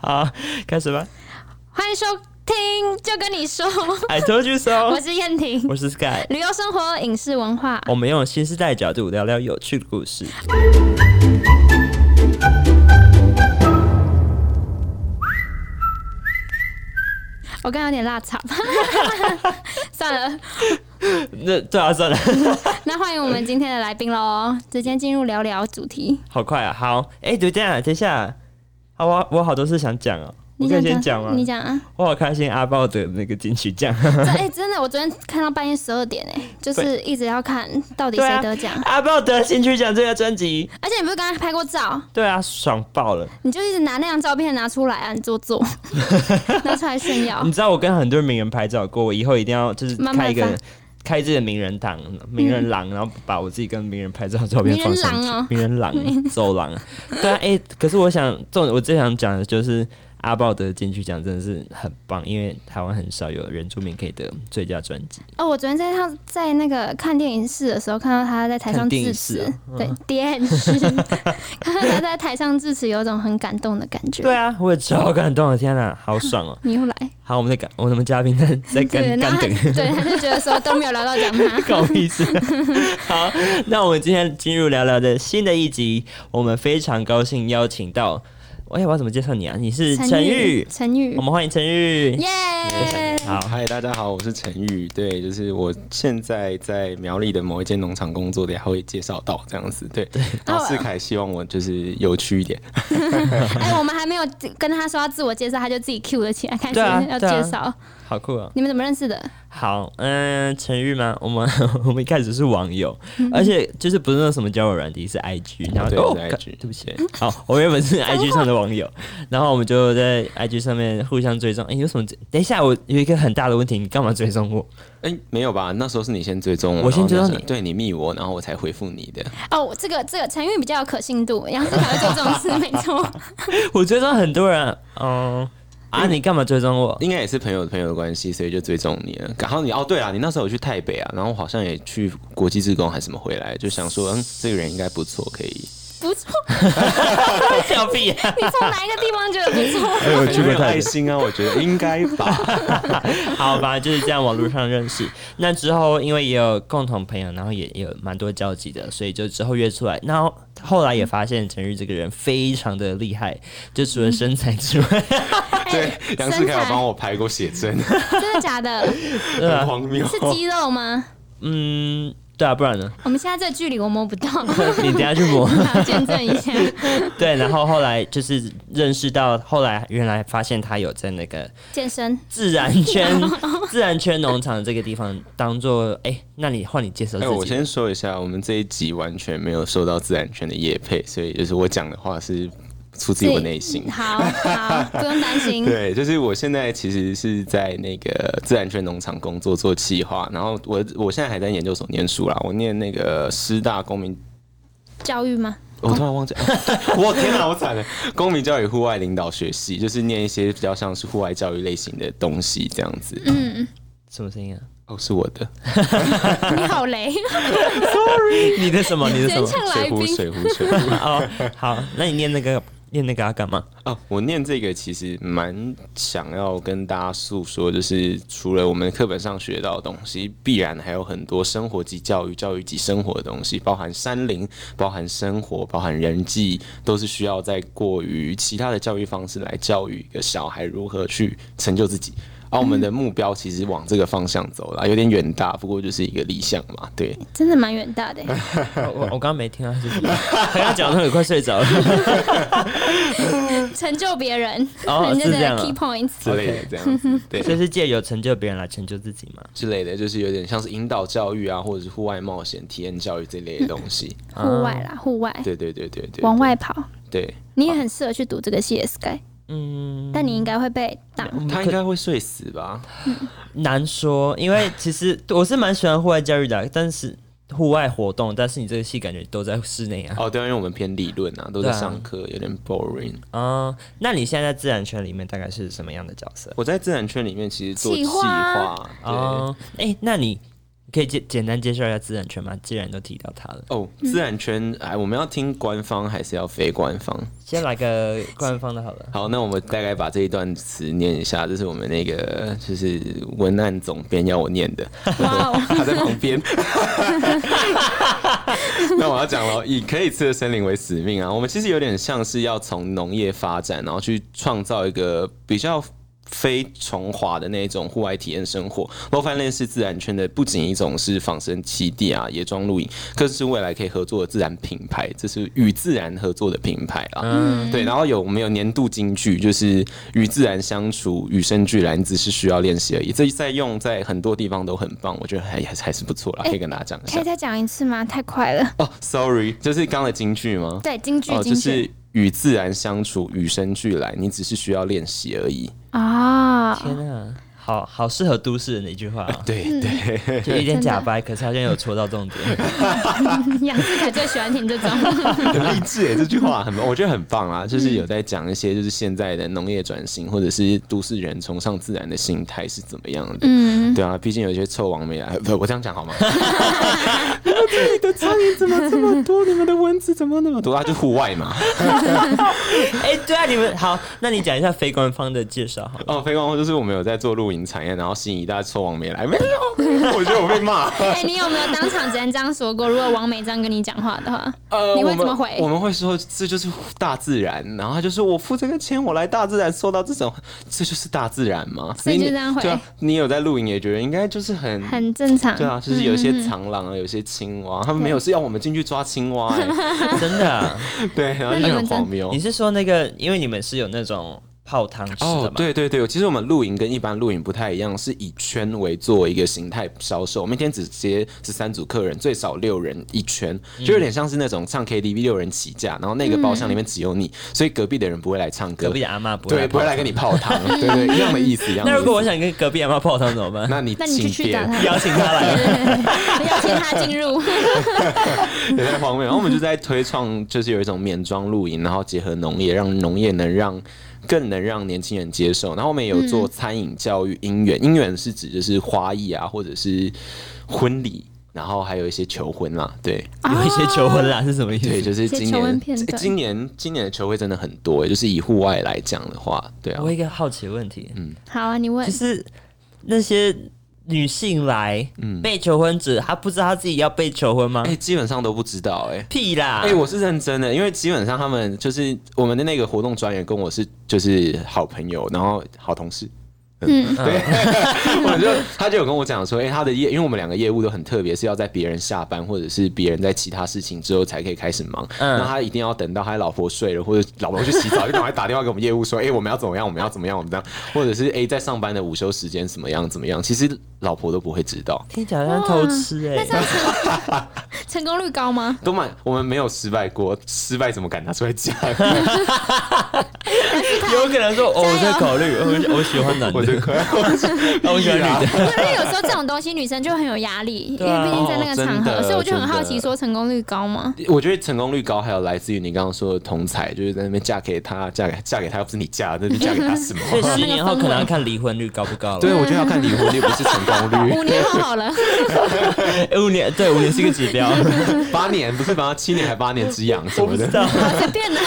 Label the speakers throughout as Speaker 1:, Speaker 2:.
Speaker 1: 好，开始吧。
Speaker 2: 欢迎收听，就跟你说，
Speaker 1: I told you so
Speaker 2: 我。是燕婷，
Speaker 1: 我是 Sky，
Speaker 2: 旅游生活、影视文化，
Speaker 1: 我们用新时代角度聊聊有趣的故事。
Speaker 2: 我刚刚有点辣草， 算了，
Speaker 1: 那对啊，算了，
Speaker 2: 那欢迎我们今天的来宾喽，直接进入聊聊主题。
Speaker 1: 好快啊！好，哎、等一下，等一下，好，我我好多事想讲哦、我
Speaker 2: 你
Speaker 1: 可以
Speaker 2: 想
Speaker 1: 先讲吗？
Speaker 2: 你讲啊！
Speaker 1: 我好开心阿豹的那个金曲奖，
Speaker 2: 这哎、真的，我昨天看到半夜十二点哎、就是一直要看到底
Speaker 1: 对啊
Speaker 2: 谁得奖，
Speaker 1: 阿豹得金曲奖最佳专辑，
Speaker 2: 而且你不是刚刚拍过照，
Speaker 1: 对啊，爽爆了！
Speaker 2: 你就一直拿那张照片拿出来啊，你 做作，拿出来炫耀
Speaker 1: 你。知道我跟很多名人拍照过，我以后一定要就是
Speaker 2: 慢慢
Speaker 1: 开一个
Speaker 2: 发嗯
Speaker 1: 开自己的名人堂、名人廊，然后把我自己跟名人拍照的照片放上去。
Speaker 2: 哦
Speaker 1: 名人廊、 走廊，对啊，哎、可是我想，重我最想讲的就是阿豹得金曲奖真的是很棒，因为台湾很少有原住民可以得最佳专辑。
Speaker 2: 哦，我昨天在他在那个看电影室的时候，看到他在台上
Speaker 1: 看电
Speaker 2: 致
Speaker 1: 影室
Speaker 2: 辞，
Speaker 1: 啊
Speaker 2: 对电视， 看到他在台上致辞，有一种很感动的感觉。
Speaker 1: 对啊，我也超感动的，天哪、好爽哦！
Speaker 2: 你又来，
Speaker 1: 好，我们在感，我们嘉宾在在
Speaker 2: 对，
Speaker 1: 干
Speaker 2: 然
Speaker 1: 干
Speaker 2: 后他
Speaker 1: 等。
Speaker 2: 对他就觉得说都没有聊到讲他，
Speaker 1: 搞屁事！好，那我们今天进入聊聊的新的一集，我们非常高兴邀请到，哎，我要怎么介绍你啊？你 是陈玉，
Speaker 2: 陈玉
Speaker 1: 我，们欢迎陈玉。
Speaker 2: 耶！
Speaker 1: 好，
Speaker 3: 嗨，大家好，我是陈玉。对，就是我现在在苗栗的某一间农场工作，等一下会介绍到这样子。对，然后世凯希望我就是有趣一点。
Speaker 2: 哎，我们还没有跟他说要自我介绍，他就自己 Q 了起来，开始
Speaker 1: 对啊
Speaker 2: 要
Speaker 1: 对啊
Speaker 2: 介绍。
Speaker 1: 好酷啊！
Speaker 2: 你们怎么认识的？
Speaker 1: 好，嗯、陈玉吗？我们 我们一开始是网友，而且就是不是那什么交友软体，是 IG，然后
Speaker 3: 对
Speaker 1: 哦，
Speaker 3: 是 IG
Speaker 1: 看嗯对不起，好，我原本 是 IG 上的网友，然后我们就在 IG 上面互相追踪。哎、有什么？等一下，我有一个很大的问题，你干嘛追踪我？
Speaker 3: 哎、没有吧？那时候是你先追踪我，
Speaker 1: 我先
Speaker 3: 然后
Speaker 1: 追踪
Speaker 3: 那时候
Speaker 1: 你
Speaker 3: 对你密我，然后我才回复你的。
Speaker 2: 哦，这个这个陈玉比较有可信度，然后至少会做这种事，没错。
Speaker 1: 我追踪很多人，嗯啊， 你干嘛追踪我？
Speaker 3: 应该也是朋友的朋友的关系，所以就追踪你了。然后你哦，对了，你那时候有去台北啊，然后好像也去国际志工还是什么回来，就想说，嗯，这个人应该不错，可 以。
Speaker 2: 不错，
Speaker 1: 笑屁、啊！
Speaker 2: 你从哪一个地方觉得不错？
Speaker 3: 哎、我
Speaker 1: 去 过台北
Speaker 3: 爱心啊，我觉得应该吧。
Speaker 1: 好吧，就是这样网络上认 识。那之后因为也有共同朋友，然后也也有蛮多交集的，所以就之后约出来。那后后来也发现陈玉这个人非常的厉害，就除了身材之 外，
Speaker 3: 对，杨世
Speaker 2: 哎身
Speaker 3: 凯有
Speaker 2: 材
Speaker 3: 帮我拍过写 真，
Speaker 2: 真的假的？
Speaker 1: 对
Speaker 3: 很
Speaker 1: 啊，
Speaker 3: 荒谬。
Speaker 2: 是肌肉吗？
Speaker 1: 嗯，对啊，不然呢？
Speaker 2: 我们现在这距离我摸不到，
Speaker 1: 你等一下去磨。
Speaker 2: 好见证一下。
Speaker 1: 对，然后后来就是认识到，后来原来发现他有在那个
Speaker 2: 健身，
Speaker 1: 自然 圈、自然圈农场这个地方当做哎、那你换你介绍自
Speaker 3: 哎、
Speaker 1: 己。
Speaker 3: 我先说一下，我们这一集完全没有受到自然圈的业配，所以就是我讲的话是出自于我内心。
Speaker 2: 好好，不用担心。
Speaker 3: 对，就是我现在其实是在那个自然圈农场工作做企划，然后我我现在还在研究所念书啦，我念那个师大公民，
Speaker 2: 教育吗？
Speaker 3: 我突然忘记，哎 我天哪，我惨了，公民教育户外领导学系，就是念一些比较像是户外教育类型的东西这样子。
Speaker 1: 什么声音啊？
Speaker 3: 哦，是我的
Speaker 2: 你好雷，
Speaker 1: 你的什么？你的什
Speaker 2: 原
Speaker 1: 么？
Speaker 2: 唱来
Speaker 3: 水壶，
Speaker 2: 宾。
Speaker 3: 水壶，水壶。
Speaker 1: 哦，好，那你念那个念那个要干嘛？
Speaker 3: 哦，我念这个其实蛮想要跟大家诉说，就是除了我们课本上学到的东西，必然还有很多生活及教育、教育及生活的东西，包含山林、包含生活、包含人际，都是需要在过于其他的教育方式来教育一个小孩如何去成就自己。啊而、我们的目标其实往这个方向走了，有点远大，不过就是一个理想嘛。对，
Speaker 2: 真的蛮远大的欸，
Speaker 1: 我我我刚刚没听到是 什么，刚刚讲的很快睡着了。
Speaker 2: 成就别人，
Speaker 1: 哦
Speaker 2: 人家
Speaker 1: 是这样
Speaker 2: 的
Speaker 1: 啊
Speaker 2: key points。
Speaker 3: 之类的这样子，对。
Speaker 1: 所以是借由成就别人来成就自己嘛？
Speaker 3: 之类的，就是有点像是引导教育啊，或者是户外冒险、体验教育这类的东西。
Speaker 2: 户外啦，户外，
Speaker 3: 对对对对对，对
Speaker 2: 往外跑。
Speaker 3: 对，
Speaker 2: 你也很适合去读这个 CSK，
Speaker 1: 嗯，
Speaker 2: 但你应该会被挡。
Speaker 3: 他应该会睡死吧？
Speaker 1: 难说，因为其实我是蛮喜欢户外教育的，但是户外活动，但是你这个戏感觉都在室内啊。
Speaker 3: 哦，对啊，因为我们偏理论啊，都在
Speaker 1: 对啊
Speaker 3: 上课，有点 boring。
Speaker 1: 嗯，那你现在在自然圈里面大概是什么样的角色？
Speaker 3: 我在自然圈里面其实做
Speaker 2: 企
Speaker 3: 计
Speaker 2: 划啊
Speaker 3: 划，对，
Speaker 1: 哦，哎，那你可以简简单介绍一下自然圈吗？既然都提到它了，
Speaker 3: 哦，
Speaker 2: 嗯
Speaker 3: 自然圈，哎，我们要听官方还是要非官方？
Speaker 1: 先来个官方的好了。
Speaker 3: 好，那我们大概把这一段词念一下，这是我们那个就是文案总编要我念的，
Speaker 4: 哇哦，
Speaker 3: 他在旁边。 那我要讲了，以可以吃的森林为使命啊，我们其实有点像是要从农业发展，然后去创造一个比较。非重华的那种户外体验生活。洛饭店是自然圈的，不仅一种是仿生基地啊、野装露营，更是未来可以合作的自然品牌，这是与自然合作的品牌啊。嗯，对。然后有我们有年度金句，就是与自然相处，与生俱来，你只是需要练习而已。这在用在很多地方都很棒，我觉得还还还是不错啦，可以跟大家讲一
Speaker 4: 可以
Speaker 3: 下。
Speaker 4: 再讲一次吗？太快了。
Speaker 3: 哦，sorry，这是刚刚的金句吗？
Speaker 4: 对，京剧，
Speaker 3: 哦，
Speaker 4: 京
Speaker 3: 就是
Speaker 4: 剧
Speaker 3: 与自然相处，与生俱来，你只是需要练习而已。，
Speaker 4: 啊，
Speaker 2: 哦
Speaker 1: 天啊，好好适合都市人的一句话、哦
Speaker 3: 对对。
Speaker 1: 就一点假掰，可是好像有戳到重点。
Speaker 4: 杨志凯最喜欢听这种。
Speaker 3: 很励志哎，这句话很，我觉得很棒啊，就是有在讲一些就是现在的农业转型，或者是都市人崇尚自然的心态是怎么样的。嗯，对啊，毕竟有一些臭王没来，不，我这样讲好吗？你们这里的苍蝇怎么这么多？你们的蚊子怎么那么多？啊，就户外嘛。
Speaker 1: 哎、对啊，你们好，那你讲一下非官方的介绍好了。
Speaker 3: 哦，非光就是我们有在做露营产业，然后吸引一大臭王没来，没有，我觉得我被骂。
Speaker 4: 哎、你有没有当场直接这样说过？如果王美这样跟你讲话的话，
Speaker 3: 呃
Speaker 4: 你
Speaker 3: 我
Speaker 4: 会
Speaker 3: 们
Speaker 4: 怎么回
Speaker 3: 我们会说这就是大自然，然后他就说我付这个钱，我来大自然受到这种，这就是大自然嘛。
Speaker 4: 所以
Speaker 3: 你
Speaker 4: 就这样回
Speaker 3: 对啊，你有在露营也觉得应该就是很。
Speaker 4: 很嗯正常。
Speaker 3: 对啊，就是有一些螳螂啊，有一些青蛙，他们没有是要我们进去抓青 蛙、欸，
Speaker 1: 真的啊、
Speaker 3: 对，然后
Speaker 4: 那你
Speaker 3: 就很
Speaker 4: 们真
Speaker 3: 荒谬
Speaker 1: 你。是说那个，因为你们是有那种泡汤吃的
Speaker 3: 哦
Speaker 1: 嘛？，
Speaker 3: 对对对，其实我们露营跟一般露营不太一样，是以圈为做一个形态销售。我们一天只接十三组客人，最少六人一圈，就有点像是那种唱 KTV 六人起价，然后那个包厢里面只有你，所以隔壁的人不会来唱歌
Speaker 1: 隔，壁的阿妈不会
Speaker 3: 对，
Speaker 1: 来
Speaker 3: 不会
Speaker 1: 泡
Speaker 3: 来
Speaker 1: 汤。
Speaker 3: 跟你泡汤，对对，一样的意思，一样的意 思。
Speaker 1: 那如果我想跟隔壁阿妈泡汤怎么办？
Speaker 3: 那你
Speaker 4: 那你就去打
Speaker 3: 点，
Speaker 4: 他，
Speaker 1: 邀请他来，
Speaker 4: 邀请他进 入。
Speaker 3: 有点荒谬。然后我们就在推创，就是有一种免装露营，然后结合农业，让农业能让。更能让年轻人接受。然后我们也有
Speaker 4: 嗯
Speaker 3: 做餐饮教育、姻缘，姻缘是指就是花艺啊，或者是婚礼，然后还有一些求婚啦，对。
Speaker 1: 有一些求婚啦，是什么意
Speaker 3: 对，
Speaker 1: 思？
Speaker 3: 就是今
Speaker 4: 一些求婚
Speaker 3: 年，
Speaker 4: 片段
Speaker 3: 今年今年的球会真的很多、欸就是以户外来讲的话，对啊
Speaker 1: 我，有一个好奇的问题，
Speaker 3: 嗯
Speaker 4: 好啊，你问
Speaker 1: 就。是那些女性来被求婚者，她不知道她自己要被求婚吗
Speaker 3: 嗯哎、？基本上都不知道、哎，
Speaker 1: 屁啦
Speaker 3: 哎、！我是认真的，因为基本上他们就是我们的那个活动专员跟我是就是好朋友，然后好同事。嗯， 对，我就他就有跟我讲说，哎、他的业，因为我们两个业务都很特别，是要在别人下班或者是别人在其他事情之后才可以开始忙。
Speaker 1: 嗯
Speaker 3: 那他一定要等到他老婆睡了，或者老婆去洗澡，就赶快打电话给我们 业务说，哎、我们要怎么样，我们要怎么样，我们这样，或者是哎、在上班的午休时间怎么样怎么样，其实老婆都不会知道。
Speaker 1: 听起来像偷吃哎、
Speaker 4: 成功率高 吗？
Speaker 3: 都蛮，我们没有失败过，失败怎么敢拿出来讲？
Speaker 1: 有可能说哦，我在考虑，我我喜欢男
Speaker 3: 我
Speaker 1: 的，
Speaker 3: 就快， 我
Speaker 1: 我喜欢女的。
Speaker 4: 因为有时候这种东西女生就很有压力，因
Speaker 1: 对啊
Speaker 4: 为毕竟在那个场合，
Speaker 3: 哦真的
Speaker 4: 所以我就很好奇，说成功率高吗？
Speaker 3: 我觉得成功率高，还有来自于你刚刚说的同才，就是在那边嫁给他，嫁给嫁给他，又不是你嫁的，那你嫁给他 什么？
Speaker 1: 所以十年后可能要看离婚率高不高了。
Speaker 3: 对，我觉得要看离婚率，不是成功
Speaker 4: 五
Speaker 3: 率。
Speaker 4: 年后好了，
Speaker 1: 对，五年，对，五年是一个指 标。
Speaker 3: 八年不是吧？七年还八年之痒什
Speaker 1: 我
Speaker 3: 么
Speaker 1: 不知
Speaker 3: 的。
Speaker 1: 道，
Speaker 4: 随便 啦。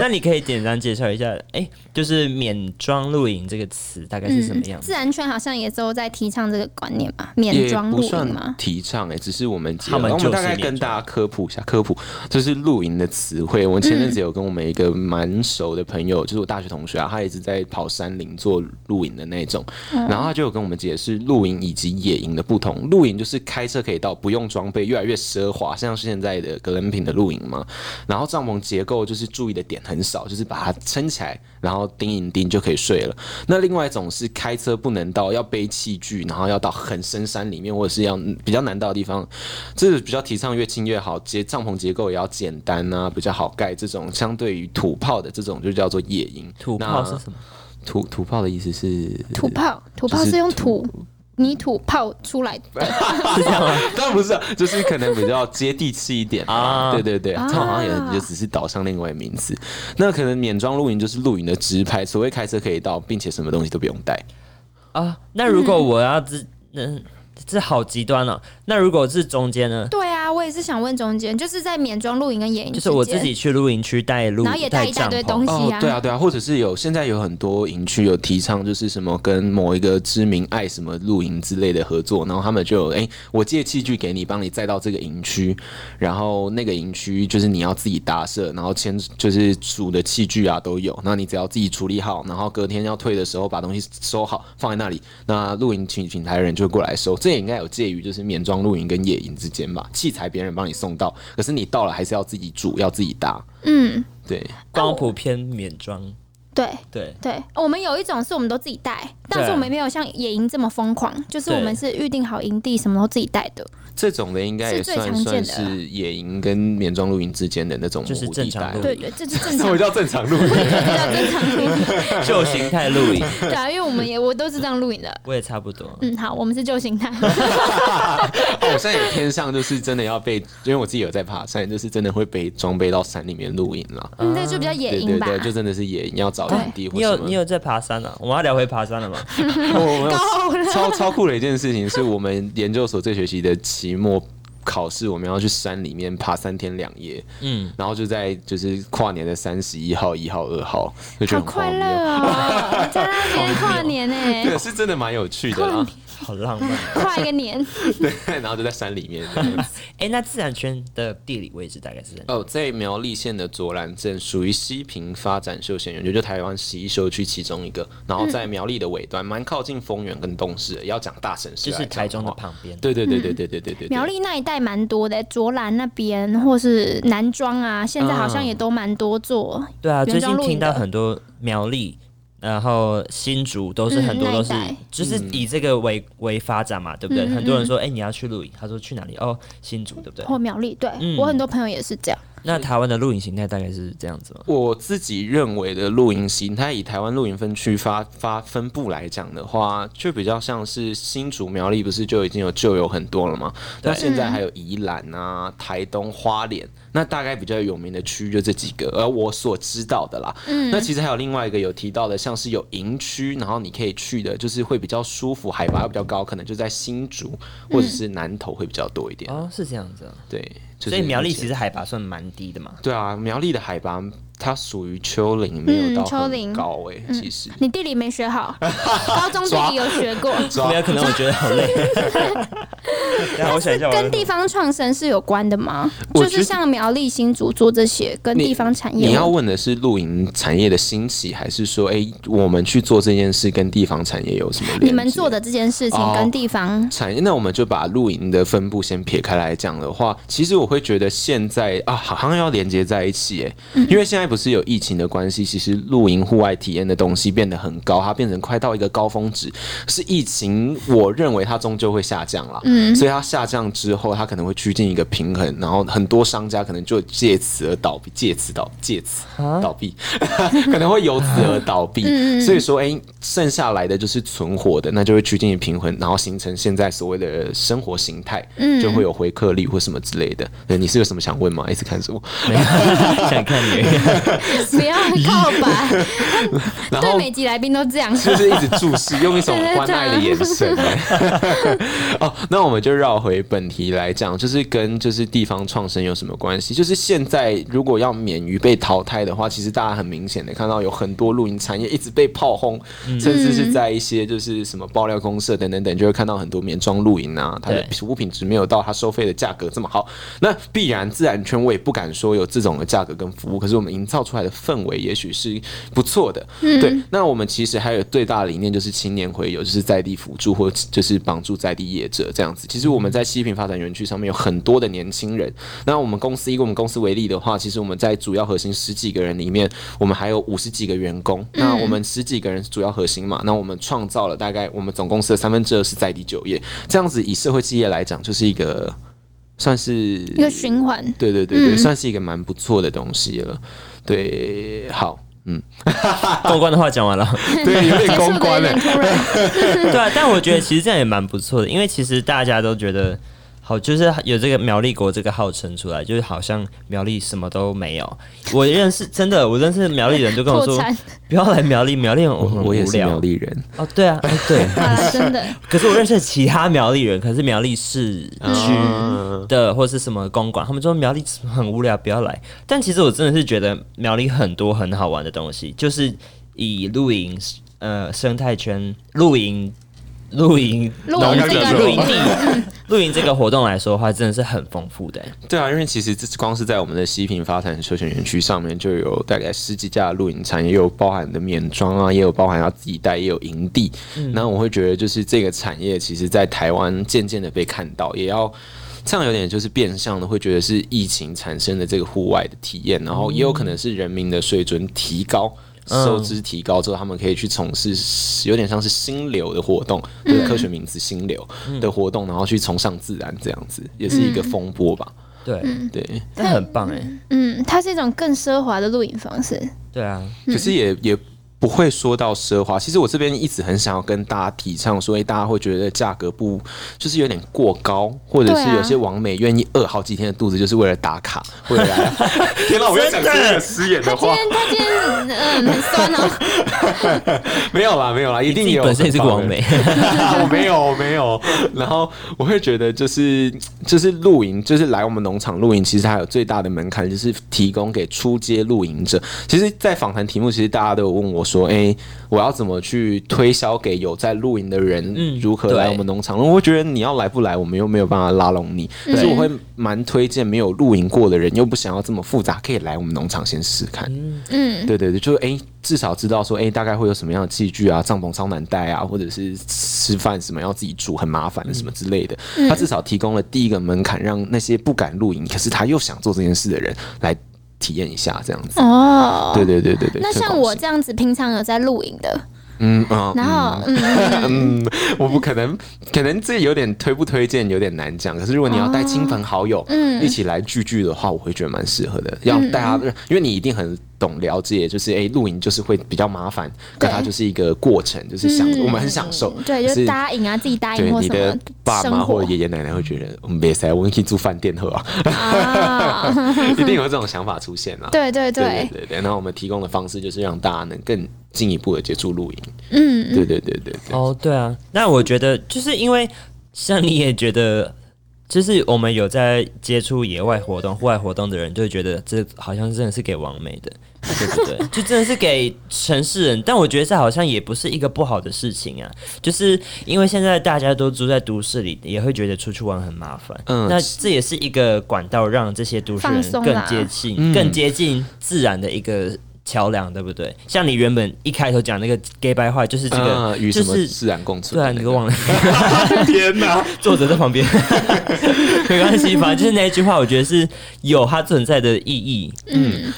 Speaker 1: 那你可以简单介绍一下，哎、就是“免装露营”这个词大概是什么
Speaker 4: 嗯
Speaker 1: 样子？
Speaker 4: 自然圈好像也都在提倡这个观念嘛，
Speaker 3: 也
Speaker 4: 免装
Speaker 3: 不
Speaker 4: 露
Speaker 3: 算
Speaker 4: 营嘛。
Speaker 3: 提倡哎、只是我们结
Speaker 1: 他
Speaker 3: 合
Speaker 1: 们
Speaker 3: 然后
Speaker 1: 就
Speaker 3: 我们
Speaker 1: 是
Speaker 3: 大概跟大家科普一下，科普就是露营的词汇。我前阵
Speaker 4: 嗯
Speaker 3: 子有跟我们一个蛮熟的朋友，就是我大学同学啊，他一直在跑山林做露营的那种，
Speaker 4: 嗯
Speaker 3: 然后他就有跟我们解释露营以及野营的不同。露营就是开车可以到，不用装备，越来越奢华，像是现在的格兰品的露营嘛。然后帐篷结构就是注意的点很少，就是把它撑起来，然后钉一钉就可以睡了。那另外一种是开车不能到，要背器具，然后要到很深山里面，或者是要比较难到的地方。这个比较提倡越轻越好，结帐篷结构也要简单啊，比较好盖。这种相对于土炮的这种就叫做野营。
Speaker 1: 土炮
Speaker 3: 那
Speaker 1: 是什么？
Speaker 3: 土土炮的意思是
Speaker 4: 土炮，土炮
Speaker 3: 就是
Speaker 4: 是用土泥土泡出来的，
Speaker 1: 是这样吗？
Speaker 3: 当然不是、啊，就是可能比较接地气一点
Speaker 1: 啊
Speaker 3: 啊。对对对，它好像也也只是岛上另外一个名词。那可能免装露营就是露营的直拍，所谓开车可以到，并且什么东西都不用带。
Speaker 1: 啊，那如果我要自嗯、这好极端哦。那如果是中间呢？
Speaker 2: 对啊，我也是想问中间，就是在免装露营跟野营
Speaker 1: 就
Speaker 2: 之
Speaker 1: 是我
Speaker 2: 间
Speaker 1: 自己去露营区带露，
Speaker 2: 然后也带一大
Speaker 1: 帐
Speaker 2: 堆
Speaker 1: 篷
Speaker 2: 东西
Speaker 3: 哦
Speaker 2: 啊，
Speaker 3: 对啊，对啊，或者是有现在有很多营区有提倡，就是什么跟某一个知名爱什么露营之类的合作，然后他们就有哎、我借器具给你，帮你载到这个营区，然后那个营区就是你要自己搭设，然后签就是煮的器具啊都有，那你只要自己处理好，然后隔天要退的时候把东西收好放在那里，那露营请请台的人就会过来收，这也应该有介于就是免装露营跟野营之间吧，器材别人帮你送到，可是你到了还是要自己煮，要自己搭，
Speaker 2: 嗯，
Speaker 3: 对。
Speaker 1: 光谱偏免装，
Speaker 2: 对。
Speaker 1: 对，
Speaker 2: 对，哦我们有一种是我们都自己带，但
Speaker 1: 对
Speaker 2: 是我们没有像野营这么疯狂，就是
Speaker 1: 对
Speaker 2: 我们是预定好营地，什么都自己带的。
Speaker 3: 这种的应该也
Speaker 2: 是最
Speaker 3: 算
Speaker 2: 常
Speaker 3: 算
Speaker 2: 见的啦
Speaker 3: 是野营跟棉装露营之间的那种
Speaker 1: 就是
Speaker 3: 模糊
Speaker 1: 正
Speaker 3: 地
Speaker 1: 常
Speaker 3: 带
Speaker 1: 露营
Speaker 2: 对对，这是正
Speaker 3: 什
Speaker 2: 常
Speaker 3: 么，叫正常露营？
Speaker 2: 这叫正常露营。
Speaker 1: 旧形态露 营，
Speaker 2: 对啊，因为我们也我都是这样露营的。
Speaker 1: 我也差不多。
Speaker 2: 嗯，好，我们是旧形态。
Speaker 3: 啊哦 我现在也偏向就是真的要被，因为我自己有在爬山，就是真的会被装备到山里面露营啦。
Speaker 2: 嗯，那就比较野
Speaker 3: 对
Speaker 2: 营
Speaker 3: 对
Speaker 2: 吧。
Speaker 3: 对，就真的是野营，要找营地或
Speaker 1: 你
Speaker 3: 什
Speaker 1: 有
Speaker 3: 么。
Speaker 1: 你有在爬山啊？我们要聊回爬山了吗？
Speaker 3: 我我有 超超酷的一件事情，是我们研究所这学期的期末。考试我们要去山里面爬三天两夜，嗯，然后就在就是跨年的三十一号、一号、二号，就觉
Speaker 2: 好
Speaker 3: 得很
Speaker 2: 快
Speaker 3: 荒
Speaker 2: 乐
Speaker 3: 谬。
Speaker 2: 哦，在那边 跨年呢、
Speaker 3: 对，是真的蛮有趣的啦。
Speaker 1: 好浪漫。
Speaker 2: 跨一个年。
Speaker 3: 对，然后就在山里 面这样子。
Speaker 1: 哎、那自然圈的地理位置大概是在哪？
Speaker 3: 哦，在苗栗县的卓兰镇，属于西平发展休闲园区，就台湾十一休区其中一个。然后在苗栗的尾端，蛮靠近丰原跟东势的。要讲大城市，
Speaker 1: 就是台中的。旁边。
Speaker 3: 对对对对对对对对。
Speaker 2: 苗栗那一带蛮多的，卓兰那边或是南庄啊，现在好
Speaker 3: 嗯
Speaker 2: 像也都蛮多座。
Speaker 1: 对啊，最
Speaker 2: 原
Speaker 1: 近
Speaker 2: 装露
Speaker 1: 听
Speaker 2: 营的
Speaker 1: 到很多苗栗，然后新竹都是很多
Speaker 2: 嗯那一
Speaker 1: 都是、
Speaker 2: 带嗯
Speaker 1: 就是以这个为为发展嘛，对不对？很多人说，哎、你要去露营，他说去哪里？哦，新竹，对不对？
Speaker 2: 或苗栗，对、
Speaker 3: 嗯
Speaker 2: 我很多朋友也是这样。
Speaker 1: 那台湾的露营形态大概是这样子吗？
Speaker 3: 我自己认为的露营形态，以台湾露营分区发发分布来讲的话，就比较像是新竹苗栗，不是就已经有就有很多了吗？那现在还有宜兰啊、台东、花莲，那大概比较有名的区域就这几个，而我所知道的啦。嗯，那其实还有另外一个有提到的，像是有营区，然后你可以去的，就是会比较舒服，海拔又比较高，可能就在新竹或者是南投会比较多一点。
Speaker 1: 哦，是这样子、啊。
Speaker 3: 对，就是、
Speaker 1: 所以苗栗其实海拔算蛮低的嘛。
Speaker 3: 对啊，苗栗的海拔它属于丘陵，没有
Speaker 2: 嗯
Speaker 3: 到
Speaker 2: 丘
Speaker 3: 很
Speaker 2: 陵
Speaker 3: 高哎、其实。
Speaker 2: 你地理没学 好，高中地理有学过，
Speaker 1: 没有，可能我觉得好 累。 然后我想一下，我
Speaker 2: 跟地方创生是有关的吗？
Speaker 3: 我
Speaker 2: 就
Speaker 3: 觉得
Speaker 2: 是像苗栗、新竹做这些跟
Speaker 3: 你
Speaker 2: 地方产业，
Speaker 3: 你要问的是露营产业的兴起，还是说，哎、我们去做这件事跟地方产业有什么联系？
Speaker 2: 你们做的这件事
Speaker 3: 哦
Speaker 2: 情跟地 方，
Speaker 3: 产业，那我们就把露营的分布先撇开来讲的话，其实我会觉得现在啊，好像要连接在一起欸嗯诶，因为现在不是有疫情的关系，其实露营户外体验的东西变得很高，它变成快到一个高峰值。是疫情，我认为它终究会下降啦，嗯，所以它下降之后，它可能会趋近一个平衡，然后很多商家可能就借此而倒闭，借此倒，借此倒闭， 可能会由此而倒闭。所以说，哎、剩下来的就是存活的，那就会趋近于平衡，然后形成现在所谓的生活形态，就会有回客率或什么之类的。对，你是有什么想问吗？一直看着我，
Speaker 1: 想看你。
Speaker 2: 不要告白，
Speaker 3: 然
Speaker 2: 对
Speaker 3: 后
Speaker 2: 每集来宾都这 样。
Speaker 3: 就是一直注视，用一种关爱的眼神。哦，那我们就绕回本题来讲，就是跟就是地方创生有什么关系？就是现在如果要免于被淘汰的话，其实大家很明显的看到有很多露营产业一直被炮轰，甚至是在一些就是什么爆料公社等等等，就会看到很多免装露营啊，它的
Speaker 1: 对
Speaker 3: 服务品质没有到它收费的价格这么好。那必然自然圈我也不敢说有这种的价格跟服务，可是我们营造出来的氛围也许是不错的。
Speaker 2: 嗯
Speaker 3: 对，那我们其实还有最大的理念就是青年回游，就是在地辅助或就是帮助在地业者这样子。其实我们
Speaker 2: 嗯
Speaker 3: 在西平发展园区上面有很多的年轻人。那我们公司以我们公司为例的话，其实我们在主要核心十几个人里面，我们还有五十几个员工。
Speaker 2: 嗯
Speaker 3: 那我们十几个人是主要核心嘛，那我们创造了大概我们总公司的三分之二是在地就业，这样子以社会企业来讲，就是一个算是
Speaker 2: 一个嗯循环，
Speaker 3: 对对对对，算是一个蛮不错的东西了。对，好，
Speaker 1: 公关的话讲完了。
Speaker 3: 对，有
Speaker 2: 结
Speaker 3: 点
Speaker 2: 束的
Speaker 3: 公
Speaker 2: 有
Speaker 3: 关了
Speaker 2: 点。突然，
Speaker 1: 对啊，但我觉得其实这样也蛮不错的，因为其实大家都觉得好，就是有这个苗栗国这个号称出来，就是好像苗栗什么都没有。我认识真的，我认识苗栗人就 跟我说
Speaker 2: 破产，
Speaker 1: 不要来苗栗，苗栗我很
Speaker 3: 我也
Speaker 1: 无
Speaker 3: 是苗
Speaker 1: 聊。
Speaker 3: 栗人，
Speaker 1: 哦，对啊，哎对。
Speaker 2: 好了，真 的，
Speaker 1: 可是我认识其他苗栗人，可是苗栗市区的或是什么公馆，他们说苗栗很无聊，不要来。但其实我真的是觉得苗栗很多很好玩的东西，就是以露营呃生态圈露营。露营、
Speaker 2: 露
Speaker 1: 农
Speaker 2: 营
Speaker 1: 地
Speaker 2: 这个
Speaker 1: 露营地、露营这个活动来说的话，真的是很丰富的、欸
Speaker 3: 对啊，因为其实这光是在我们的西平发展休闲园区上面就有大概十几家的露营产，也有包含的免装啊，也有包含要自己带，也有营地。那我会觉得，就是这个产业，其实在台湾渐渐的被看到，也要。这样有点就是变相的，会觉得是疫情产生的这个户外的体验，然后也有可能是人民的水准提高，收支提高之后，他们可以去从事有点像是心流的活动，就是科学名词“心流”的活动，然后去崇尚自然，这样子也是一个风波吧。
Speaker 1: 对，
Speaker 3: 对，
Speaker 1: 那很棒哎、
Speaker 2: 嗯，它是一种更奢华的露营方 式，
Speaker 1: 对啊，
Speaker 3: 可是也也不会说到奢华。其实我这边一直很想要跟大家提倡，所以大家会觉得价格不就是有点过高，或者
Speaker 2: 对
Speaker 3: 是
Speaker 2: 啊
Speaker 3: 有些网美愿意饿好几天的肚子，就是为了打 卡，为了来。天哪，我又讲出一个失言的话，
Speaker 2: 他今天嗯很酸哦，
Speaker 3: 没有啦，没有啦，一
Speaker 1: 自
Speaker 3: 定
Speaker 1: 己
Speaker 3: 有。
Speaker 1: 本身也是个王美，，
Speaker 3: 我没有，我没有。然后我会觉得，就是就是露营，就是来我们农场露营，其实它有最大的门槛，就是提供给初阶露营者。其实，在访谈题目，其实大家都有问我说：“哎、我要怎么去推销给有在露营的人
Speaker 1: 嗯，
Speaker 3: 如何来
Speaker 1: 对
Speaker 3: 我们农场？”我会觉得你要来不来，我们又没有办法拉拢你，所以我会蛮推荐没有露营过的人，又不想要这么复杂，可以来我们农场先试试看。
Speaker 2: 嗯，
Speaker 3: 对对对，就是哎、诶至少知道说哎、诶大概会有什么样的器具啊，帐篷超难带啊，或者是吃饭什么要自己煮很麻烦的
Speaker 2: 嗯
Speaker 3: 什么之类的。他至少提供了第一个门槛，让那些不敢露营，可是他又想做这件事的人来体验一下这样子。
Speaker 2: 哦，
Speaker 3: 对对对对对。
Speaker 2: 那
Speaker 3: 推
Speaker 2: 像
Speaker 3: 广
Speaker 2: 我
Speaker 3: 性，
Speaker 2: 这样子，平常有在露营的，
Speaker 3: 嗯嗯，
Speaker 2: 然后嗯，
Speaker 3: 嗯， 我不可能，可能这有点推不推荐有点难讲。可是如果你要带亲朋好
Speaker 2: 哦
Speaker 3: 友、
Speaker 2: 嗯
Speaker 3: 一起来聚聚的话，我会觉得蛮适合的。要带他，因为你一定很懂了解，就是哎、露营就是会比较麻烦，可
Speaker 2: 对嗯
Speaker 3: 它就是一个过程，就是享、我们很享受。
Speaker 2: 对，
Speaker 3: 可
Speaker 2: 就是答应啊，自己答
Speaker 3: 对
Speaker 2: 应或
Speaker 3: 你
Speaker 2: 什
Speaker 3: 的
Speaker 2: 么
Speaker 3: 爸
Speaker 2: 生
Speaker 3: 妈或
Speaker 2: 活
Speaker 3: 者爷爷奶奶会觉得，嗯，别塞，我们可以住饭店喝 啊，
Speaker 2: 啊，
Speaker 3: 一定有这种想法出现啊。
Speaker 2: 对对
Speaker 3: 对
Speaker 2: 对，
Speaker 3: 对对，然后我们提供的方式就是让大家能更进一步的接触露营。
Speaker 2: 嗯，
Speaker 3: 对对对对对，
Speaker 1: 哦，对啊，那我觉得就是因为像你也觉得，就是我们有在接触野外活动、户外活动的人，就会觉得这好像真的是给完美的，对不对？ 就真的是给城市人，但我觉得这好像也不是一个不好的事情啊，就是因为现在大家都住在都市里，也会觉得出去玩很麻烦，
Speaker 3: 嗯
Speaker 1: 那这也是一个管道，让这些都市
Speaker 2: 放
Speaker 1: 人
Speaker 2: 松
Speaker 1: 更
Speaker 2: 啦
Speaker 1: 接近、更接近自然的一个。桥梁对不对？像你原本一开头讲那个 gay 白话，就是这个，
Speaker 3: 啊与
Speaker 1: 呃就
Speaker 3: 什么
Speaker 1: 是
Speaker 3: 自然共存
Speaker 1: 对
Speaker 3: 的
Speaker 1: 啊，
Speaker 3: 那个？
Speaker 1: 你都忘了，
Speaker 3: 天哪！
Speaker 1: 作者在旁边， 没关系，反正就是那一句话，我觉得是有它存在的意义。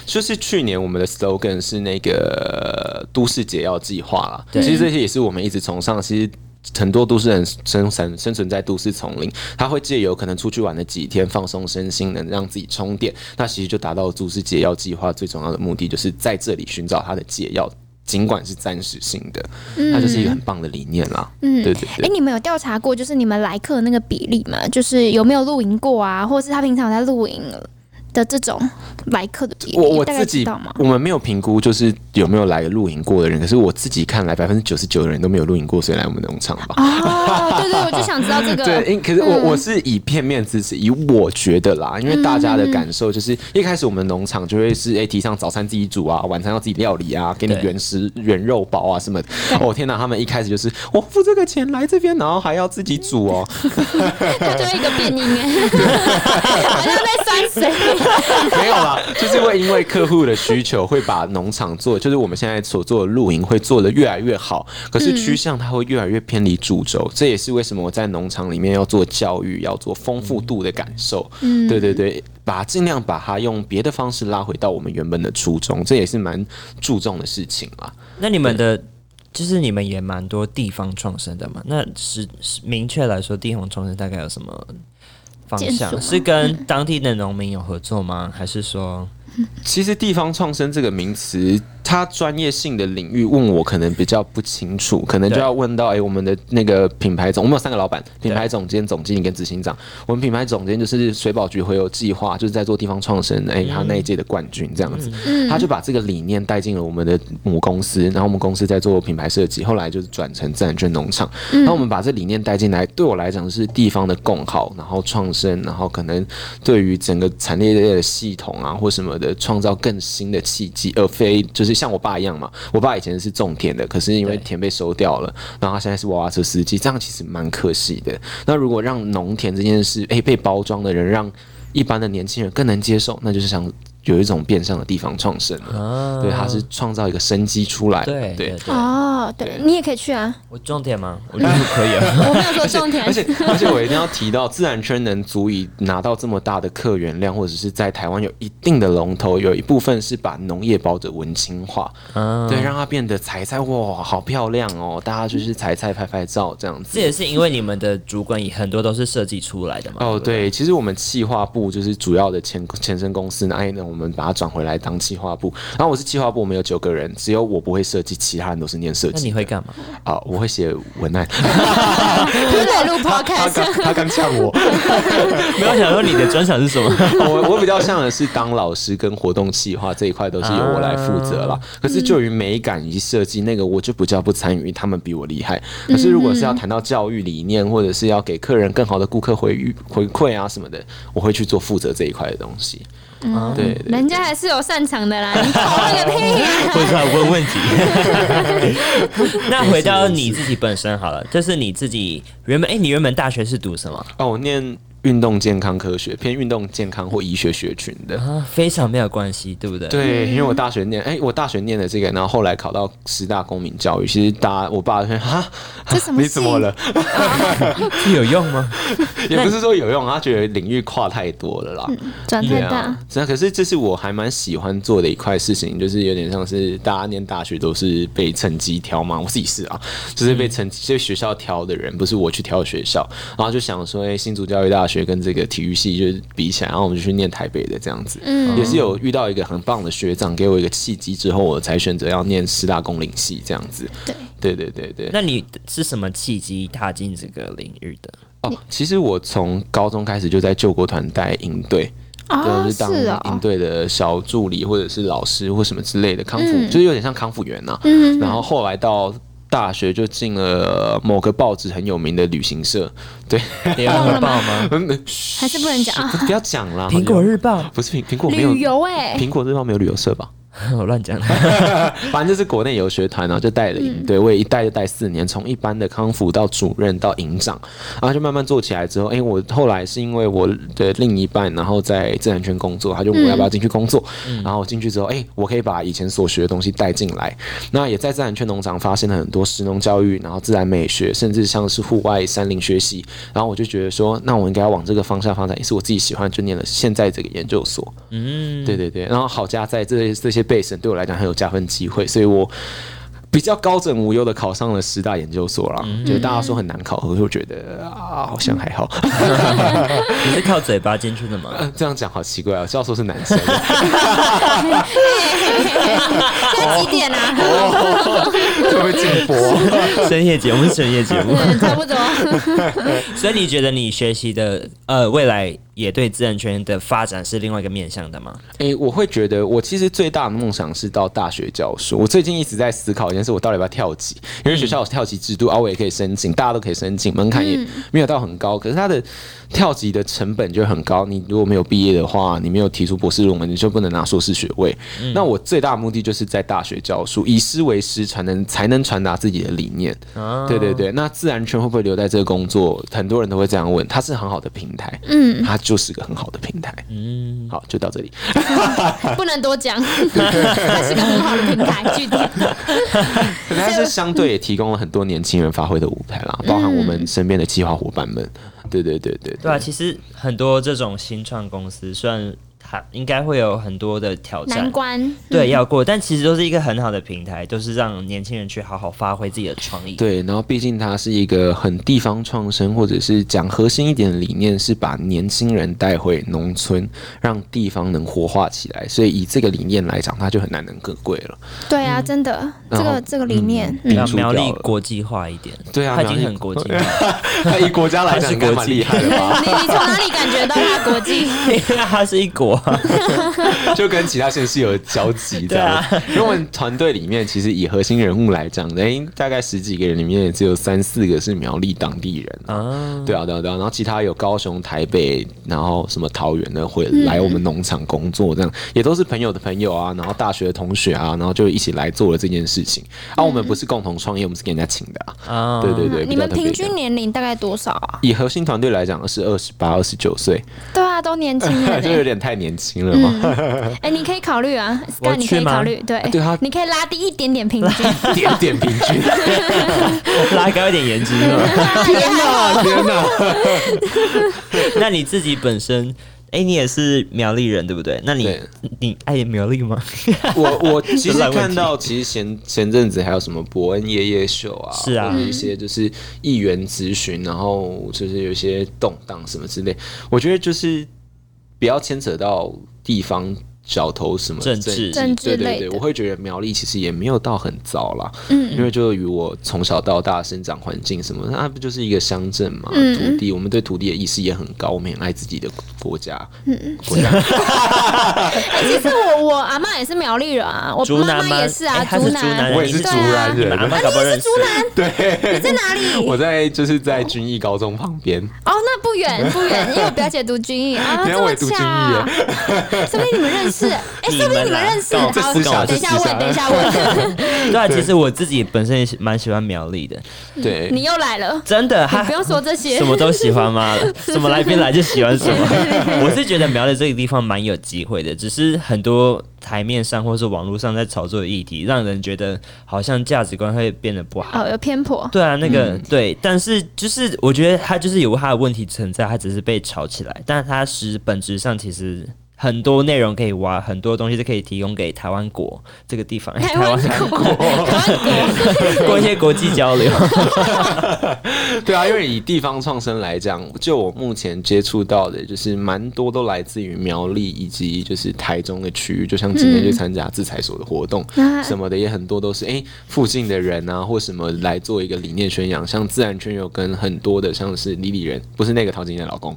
Speaker 3: 就是去年我们的 slogan 是那个呃都市解药计划啦。
Speaker 1: 对
Speaker 3: 其实这些也是我们一直崇尚，其实。很多都市人生生生存在都市丛林，他会借由可能出去玩的几天放松身心，能让自己充电。那其实就达到都市解药计划最重要的目的，就是在这里寻找它的解药，尽管是暂时性的，它就是一个很棒的理念啦。嗯，对对
Speaker 2: 嗯哎、
Speaker 3: 对。
Speaker 2: 你们有调查过，就是你们来客那个比例吗？就是有没有露营过啊，或者是他平常有在露营的这种来客的比例？
Speaker 3: 我我
Speaker 2: 大
Speaker 3: 自
Speaker 2: 概知
Speaker 3: 己
Speaker 2: 道吗？
Speaker 3: 我们没有评估，就是有没有来露营过的人。可是我自己看来，百分之九十九的人都没有露营过，谁来我们农场吧？
Speaker 2: 哦，对对，我就想知道这个。
Speaker 3: 对，因可是我、我是以片面之词，以我觉得啦，因为大家的感受就是、一开始我们农场就会是哎、提倡早餐自己煮啊，晚餐要自己料理啊，给你
Speaker 1: 对
Speaker 3: 原食原肉包啊什么的。哦天哪，他们一开始就是我付这个钱来这边，然后还要自己煮哦。
Speaker 2: 它就会一个变音哎， 好像在酸谁？
Speaker 3: 没有啦，就是会因为客户的需求，会把农场做，就是我们现在所做的露营会做的越来越好，可是趋向它会越来越偏离主轴，这也是为什么我在农场里面要做教育，要做丰富度的感受。嗯，对对对，把尽量把它用别的方式拉回到我们原本的初衷，这也是蛮注重的事情啦。
Speaker 1: 那你们的就是你们也蛮多地方创生的嘛？那是是明确来说，地方创生大概有什么方
Speaker 2: 建树
Speaker 1: 向？
Speaker 2: 吗
Speaker 1: 是跟当地的农民有合作吗？还是说
Speaker 3: 其实地方创生这个名词，它专业性的领域问我可能比较不清楚，可能就
Speaker 1: 对
Speaker 3: 要问到哎、诶我们的那个品牌总，我们有三个老板，
Speaker 1: 对
Speaker 3: 品牌总监、总经理跟执行长。我们品牌总监就是水保局会有计划，就是在做地方创生，哎、他那一届的冠军这样子，他就把这个理念带进了我们的母公司，然后我们公司在做品牌设计，后来就是转成自然圈农场。那我们把这理念带进来，对我来讲是地方的共好，然后创生，然后可能对于整个产业链的系统啊或什么的，创造更新的契机，而非就是像我爸一样嘛。我爸以前是种田的，可是因为
Speaker 1: 对
Speaker 3: 田被收掉了，然后他现在是娃娃车司机，这样其实蛮可惜的。那如果让农田这件事，诶、被包装的人让一般的年轻人更能接受，那就是想有一种变相的地方创生了。
Speaker 1: 啊
Speaker 3: 对，它是创造一个生机出来。
Speaker 1: 对对
Speaker 3: 对，
Speaker 1: 对，
Speaker 2: 哦，对你也可以去啊，
Speaker 1: 我种田吗？我觉得可以啊。
Speaker 2: 我没有说种田
Speaker 3: 而，且而且我一定要提到，自然圈能足以拿到这么大的客源量，或者是在台湾有一定的龙头，有一部分是把农业包着文青化，
Speaker 1: 啊
Speaker 3: 对，让它变得采菜哇，好漂亮哦，大家就是采菜拍拍照这样子
Speaker 1: 这。也是因为你们的主管也很多都是设计出来的嘛。
Speaker 3: 哦，
Speaker 1: 不对，
Speaker 3: 对，其实我们企划部就是主要的前前身公司，那哎，那我们把它转回来当企划部。然后我是企划部，我们有九个人，只有我不会设计，其他人都是念设
Speaker 1: 那
Speaker 3: 计。
Speaker 1: 你会干嘛？
Speaker 3: 啊、我会写文 案。
Speaker 2: 不得录
Speaker 3: 他
Speaker 2: podcast。
Speaker 3: 刚他刚呛我。
Speaker 1: 没有想说你的专长是什么？
Speaker 3: 我我比较像的是当老师跟活动企划这一块都是由我来负责
Speaker 2: 啊
Speaker 3: 啦。可
Speaker 2: 嗯
Speaker 3: 是就于美感与设计那个，我就比较不参与，因为他们比我厉害。可是如果是
Speaker 2: 嗯
Speaker 3: 要谈到教育理念，或者是要给客人更好的顾客回馈回馈啊什么的，我会去做负责这一块的东西。
Speaker 2: 嗯
Speaker 3: 对对
Speaker 2: 人家还是有擅长的啦，你讨论 个屁 呀、
Speaker 1: 或者在问问题。 那回到你自己本身好了，就是你自己原本，哎、你原本大学是读什么
Speaker 3: 哦，我念运动健康科学，偏运动健康或医学学群的。
Speaker 2: 嗯
Speaker 1: 啊？非常没有关系，对不对？，
Speaker 3: 对，因为我大学念，哎、我大学念的这个，然后后来考到师大公民教育，其实大家我爸就说哈，
Speaker 2: 这什么
Speaker 3: 你怎
Speaker 2: 系
Speaker 3: 么了？
Speaker 1: 这有用吗？
Speaker 3: 也不是说有用，他觉得领域跨太多了啦。
Speaker 4: 转太
Speaker 3: 对
Speaker 4: 大
Speaker 3: 啊，，那可是这是我还蛮喜欢做的一块事情，就是有点像是大家念大学都是被成绩挑嘛，我自己是啊，就是被成绩、被学校挑的人，不是我去挑学校，然后就想说，哎、新竹教育大学跟这个体育系就是比起来，然后我们就去念台北的这样子，嗯，也是有遇到一个很棒的学长，给我一个契机之后，我才选择要念师大工领系这样子，
Speaker 2: 对，
Speaker 3: 对对对对。
Speaker 1: 那你是什么契机踏进这个领域的？
Speaker 3: 哦，其实我从高中开始就在救国团带营队。
Speaker 2: 哦，
Speaker 3: 啊就是
Speaker 2: 是
Speaker 3: 当营
Speaker 2: 哦，
Speaker 3: 队的小助理或者是老师或什么之类的康复，
Speaker 2: 嗯
Speaker 3: 就是有点像康复员呐、然后后来到大学就进了某个报纸很有名的旅行社，对，
Speaker 1: 联合报吗？
Speaker 2: 还是不能讲啊
Speaker 3: 不不要讲啦。
Speaker 1: 哦苹果日报？
Speaker 3: 不是苹苹果没有
Speaker 2: 旅游哎、
Speaker 3: 苹果日报没有旅游社吧？
Speaker 1: 我乱讲。
Speaker 3: 反正就是国内游学团，然后就带了营队，我也一带就带四年，从一般的康复到主任到营长，然后就慢慢做起来之后，哎、我后来是因为我的另一半，然后在自然圈工作，他就问我要不要进去工作，然后进去之后，哎、我可以把以前所学的东西带进来，那也在自然圈农场发现了很多食农教育，然后自然美学，甚至像是户外山林学习，然后我就觉得说，那我应该要往这个方向发展，也是我自己喜欢，就念了现在这个研究所，
Speaker 1: 嗯，
Speaker 3: 对对对，然后好加在这这些备审对我来讲很有加分机会，所以我比较高枕无忧的考上了师大研究所啦。就是大家说很难考，我就觉得啊，好像还好。
Speaker 1: 你是靠嘴巴进去的 吗？
Speaker 3: 这样讲好奇怪啊，教授是男 生，
Speaker 2: 现在几点啊？
Speaker 3: 会不会进博？
Speaker 1: 哦深夜节目是深夜节目，
Speaker 2: 嗯， 差不多。
Speaker 1: 所以你觉得你学习的呃未来也对自然圈的发展是另外一个面向的吗？
Speaker 3: 诶、我会觉得我其实最大的梦想是到大学教书。我最近一直在思考一件事，我到底要不要跳级？因为学校有跳级制度，啊，我也可以申请，大家都可以申请，门槛也没有到很高，可是它的跳级的成本就很高。你如果没有毕业的话，你没有提出博士论文，你就不能拿硕士学位。那我最大的目的就是在大学教书，以师为师，才能才能传达自己的理念。对对对，那自然圈会不会留在这个工作？很多人都会这样问，它是很好的平台，嗯，它就是个很好的平台。嗯，好，就到这里。
Speaker 2: 不能多讲，它是个很好的平台，据点。
Speaker 3: 可是它是相对也提供了很多年轻人发挥的舞台啦，包含我们身边的计划伙伴们。对对对对
Speaker 1: 对啊，其实很多这种新创公司，虽然还应该会有很多的挑战
Speaker 4: 难，关，
Speaker 1: 对，要过。但其实都是一个很好的平台，就是让年轻人去好好发挥自己的创意。
Speaker 3: 对，然后毕竟它是一个很地方创生，或者是讲核心一点的理念，是把年轻人带回农村，让地方能活化起来。所以以这个理念来讲，它就很难能可贵了。
Speaker 2: 对啊，真的，这
Speaker 3: 然
Speaker 2: 个
Speaker 3: 后
Speaker 2: 这个理念，
Speaker 3: 摒
Speaker 1: 要
Speaker 3: 除
Speaker 1: 苗
Speaker 3: 掉
Speaker 1: 栗
Speaker 3: 了
Speaker 1: 国际化一点，
Speaker 3: 对啊
Speaker 1: 它已经
Speaker 3: 苗栗
Speaker 1: 很国
Speaker 3: 国
Speaker 1: 际化，
Speaker 3: 它以国家来讲，应该蛮厉害的吧？
Speaker 2: 你你从哪里感觉到它国际？
Speaker 1: 因为 它是一国啊、
Speaker 3: 就跟其他县市有交集这样。
Speaker 2: 啊
Speaker 1: 对
Speaker 3: 因为我们团队里面，其实以核心人物来讲，哎、大概十几个人里面，也只有三四个是苗栗当地人啊。对啊，对啊，对啊。然后其他有高雄、台北，然后什么桃园的会来我
Speaker 2: 嗯
Speaker 3: 们农场工作，这样、也都是朋友的朋友啊，然后大学的同学啊，然后就一起来做了这件事情。啊，我们不是共同创业，我们是给人家请的 啊。
Speaker 1: 啊
Speaker 3: 对对对，
Speaker 2: 嗯你
Speaker 3: 比较
Speaker 2: 们
Speaker 3: 特别
Speaker 2: 平
Speaker 3: 的
Speaker 2: 均年龄大概多少啊？
Speaker 3: 以核心团队来讲是二十八、二十九岁，
Speaker 2: 对啊，都年轻人
Speaker 3: 就
Speaker 2: 欸
Speaker 3: 有点太年轻了嘛。
Speaker 2: 哎，你可以考虑啊
Speaker 1: 我
Speaker 2: ，Sky，你可
Speaker 1: 去
Speaker 2: 以
Speaker 1: 吗
Speaker 2: 考虑，对
Speaker 3: 对啊
Speaker 2: 你可以拉低一点点平均。
Speaker 3: 点点平均，
Speaker 1: 拉高一点颜值是 吗？
Speaker 3: 天哪，天哪！
Speaker 1: 那你自己本身，哎、你也是苗栗人对不对？那你
Speaker 3: 对
Speaker 1: 你爱苗栗吗？
Speaker 3: 我 我其实
Speaker 1: 烂问题
Speaker 3: 看到，其实前前阵子还有什么伯恩夜夜秀啊，
Speaker 1: 是啊
Speaker 3: 或者一些就是议员咨询，然后就是有一些动荡什么之类，我觉得就是不要牵扯到地方。小头什么
Speaker 1: 政治
Speaker 2: 政治
Speaker 3: 对
Speaker 2: 类
Speaker 3: 对
Speaker 2: 的
Speaker 3: 对，我会觉得苗栗其实也没有到很糟啦，嗯，因为就与我从小到大生长环境什么，那不就是一个乡镇嘛，
Speaker 2: 嗯
Speaker 3: 土地，我们对土地的意识也很高，我们很爱自己的国家， 嗯，国家
Speaker 2: 其实我我阿妈也是苗栗人啊，我
Speaker 1: 竹
Speaker 2: 妈
Speaker 1: 南吗？
Speaker 2: 妈也是
Speaker 1: 哎
Speaker 2: 啊，
Speaker 1: 他
Speaker 2: 竹
Speaker 1: 是竹南
Speaker 2: 南啊
Speaker 1: 人，
Speaker 3: 我也是
Speaker 1: 你
Speaker 3: 竹南
Speaker 1: 你
Speaker 3: 人
Speaker 1: 们阿妈搞不好认识。
Speaker 2: 你在哪里？
Speaker 3: 我在就是在军艺高中旁边，
Speaker 2: 哦，那不远不远，因为我表姐读军艺啊，
Speaker 3: 你
Speaker 2: 这
Speaker 3: 看我
Speaker 2: 么
Speaker 3: 也读
Speaker 2: 巧
Speaker 3: 军艺
Speaker 2: 啊， 说不定你们认识，哎，
Speaker 1: 你
Speaker 2: 说不定
Speaker 1: 们
Speaker 2: 你们
Speaker 1: 啦
Speaker 2: 认识，
Speaker 1: 干
Speaker 2: 好
Speaker 1: 嘛，
Speaker 3: 啊这私下
Speaker 2: 等一下
Speaker 3: 这私
Speaker 2: 问，
Speaker 3: 下
Speaker 2: 等一下 问，
Speaker 1: 对啊，其实我自己本身也是蛮喜欢苗栗的，
Speaker 3: 对，
Speaker 2: 你又来 了，
Speaker 1: 真的。
Speaker 2: 你
Speaker 1: 他
Speaker 2: 不用说这些
Speaker 1: 什，么都喜欢 吗？什么来宾来就喜欢什么？我是觉得苗栗这个地方蛮有机会的，只是很多台面上或是网络上在炒作的议题，让人觉得好像价值观会变得不好。
Speaker 2: 哦，有偏颇，
Speaker 1: 对啊，那个、对，但是就是我觉得他就是有他的问题存在，他只是被炒起来，但他实本质上其实很多内容可以挖，很多东西是可以提供给台湾国这个地方，
Speaker 2: 台湾国，台湾国，
Speaker 1: 过一些国际交 流。
Speaker 3: 对啊，因为以地方创生来讲，就我目前接触到的，就是蛮多都来自于苗栗以及就是台中的区域，就像今天去参加制裁所的活动、什么的，也很多都是哎、附近的人啊或什么来做一个理念宣扬，像自然圈有跟很多的像是李李人，不是那个陶晶莹的老公，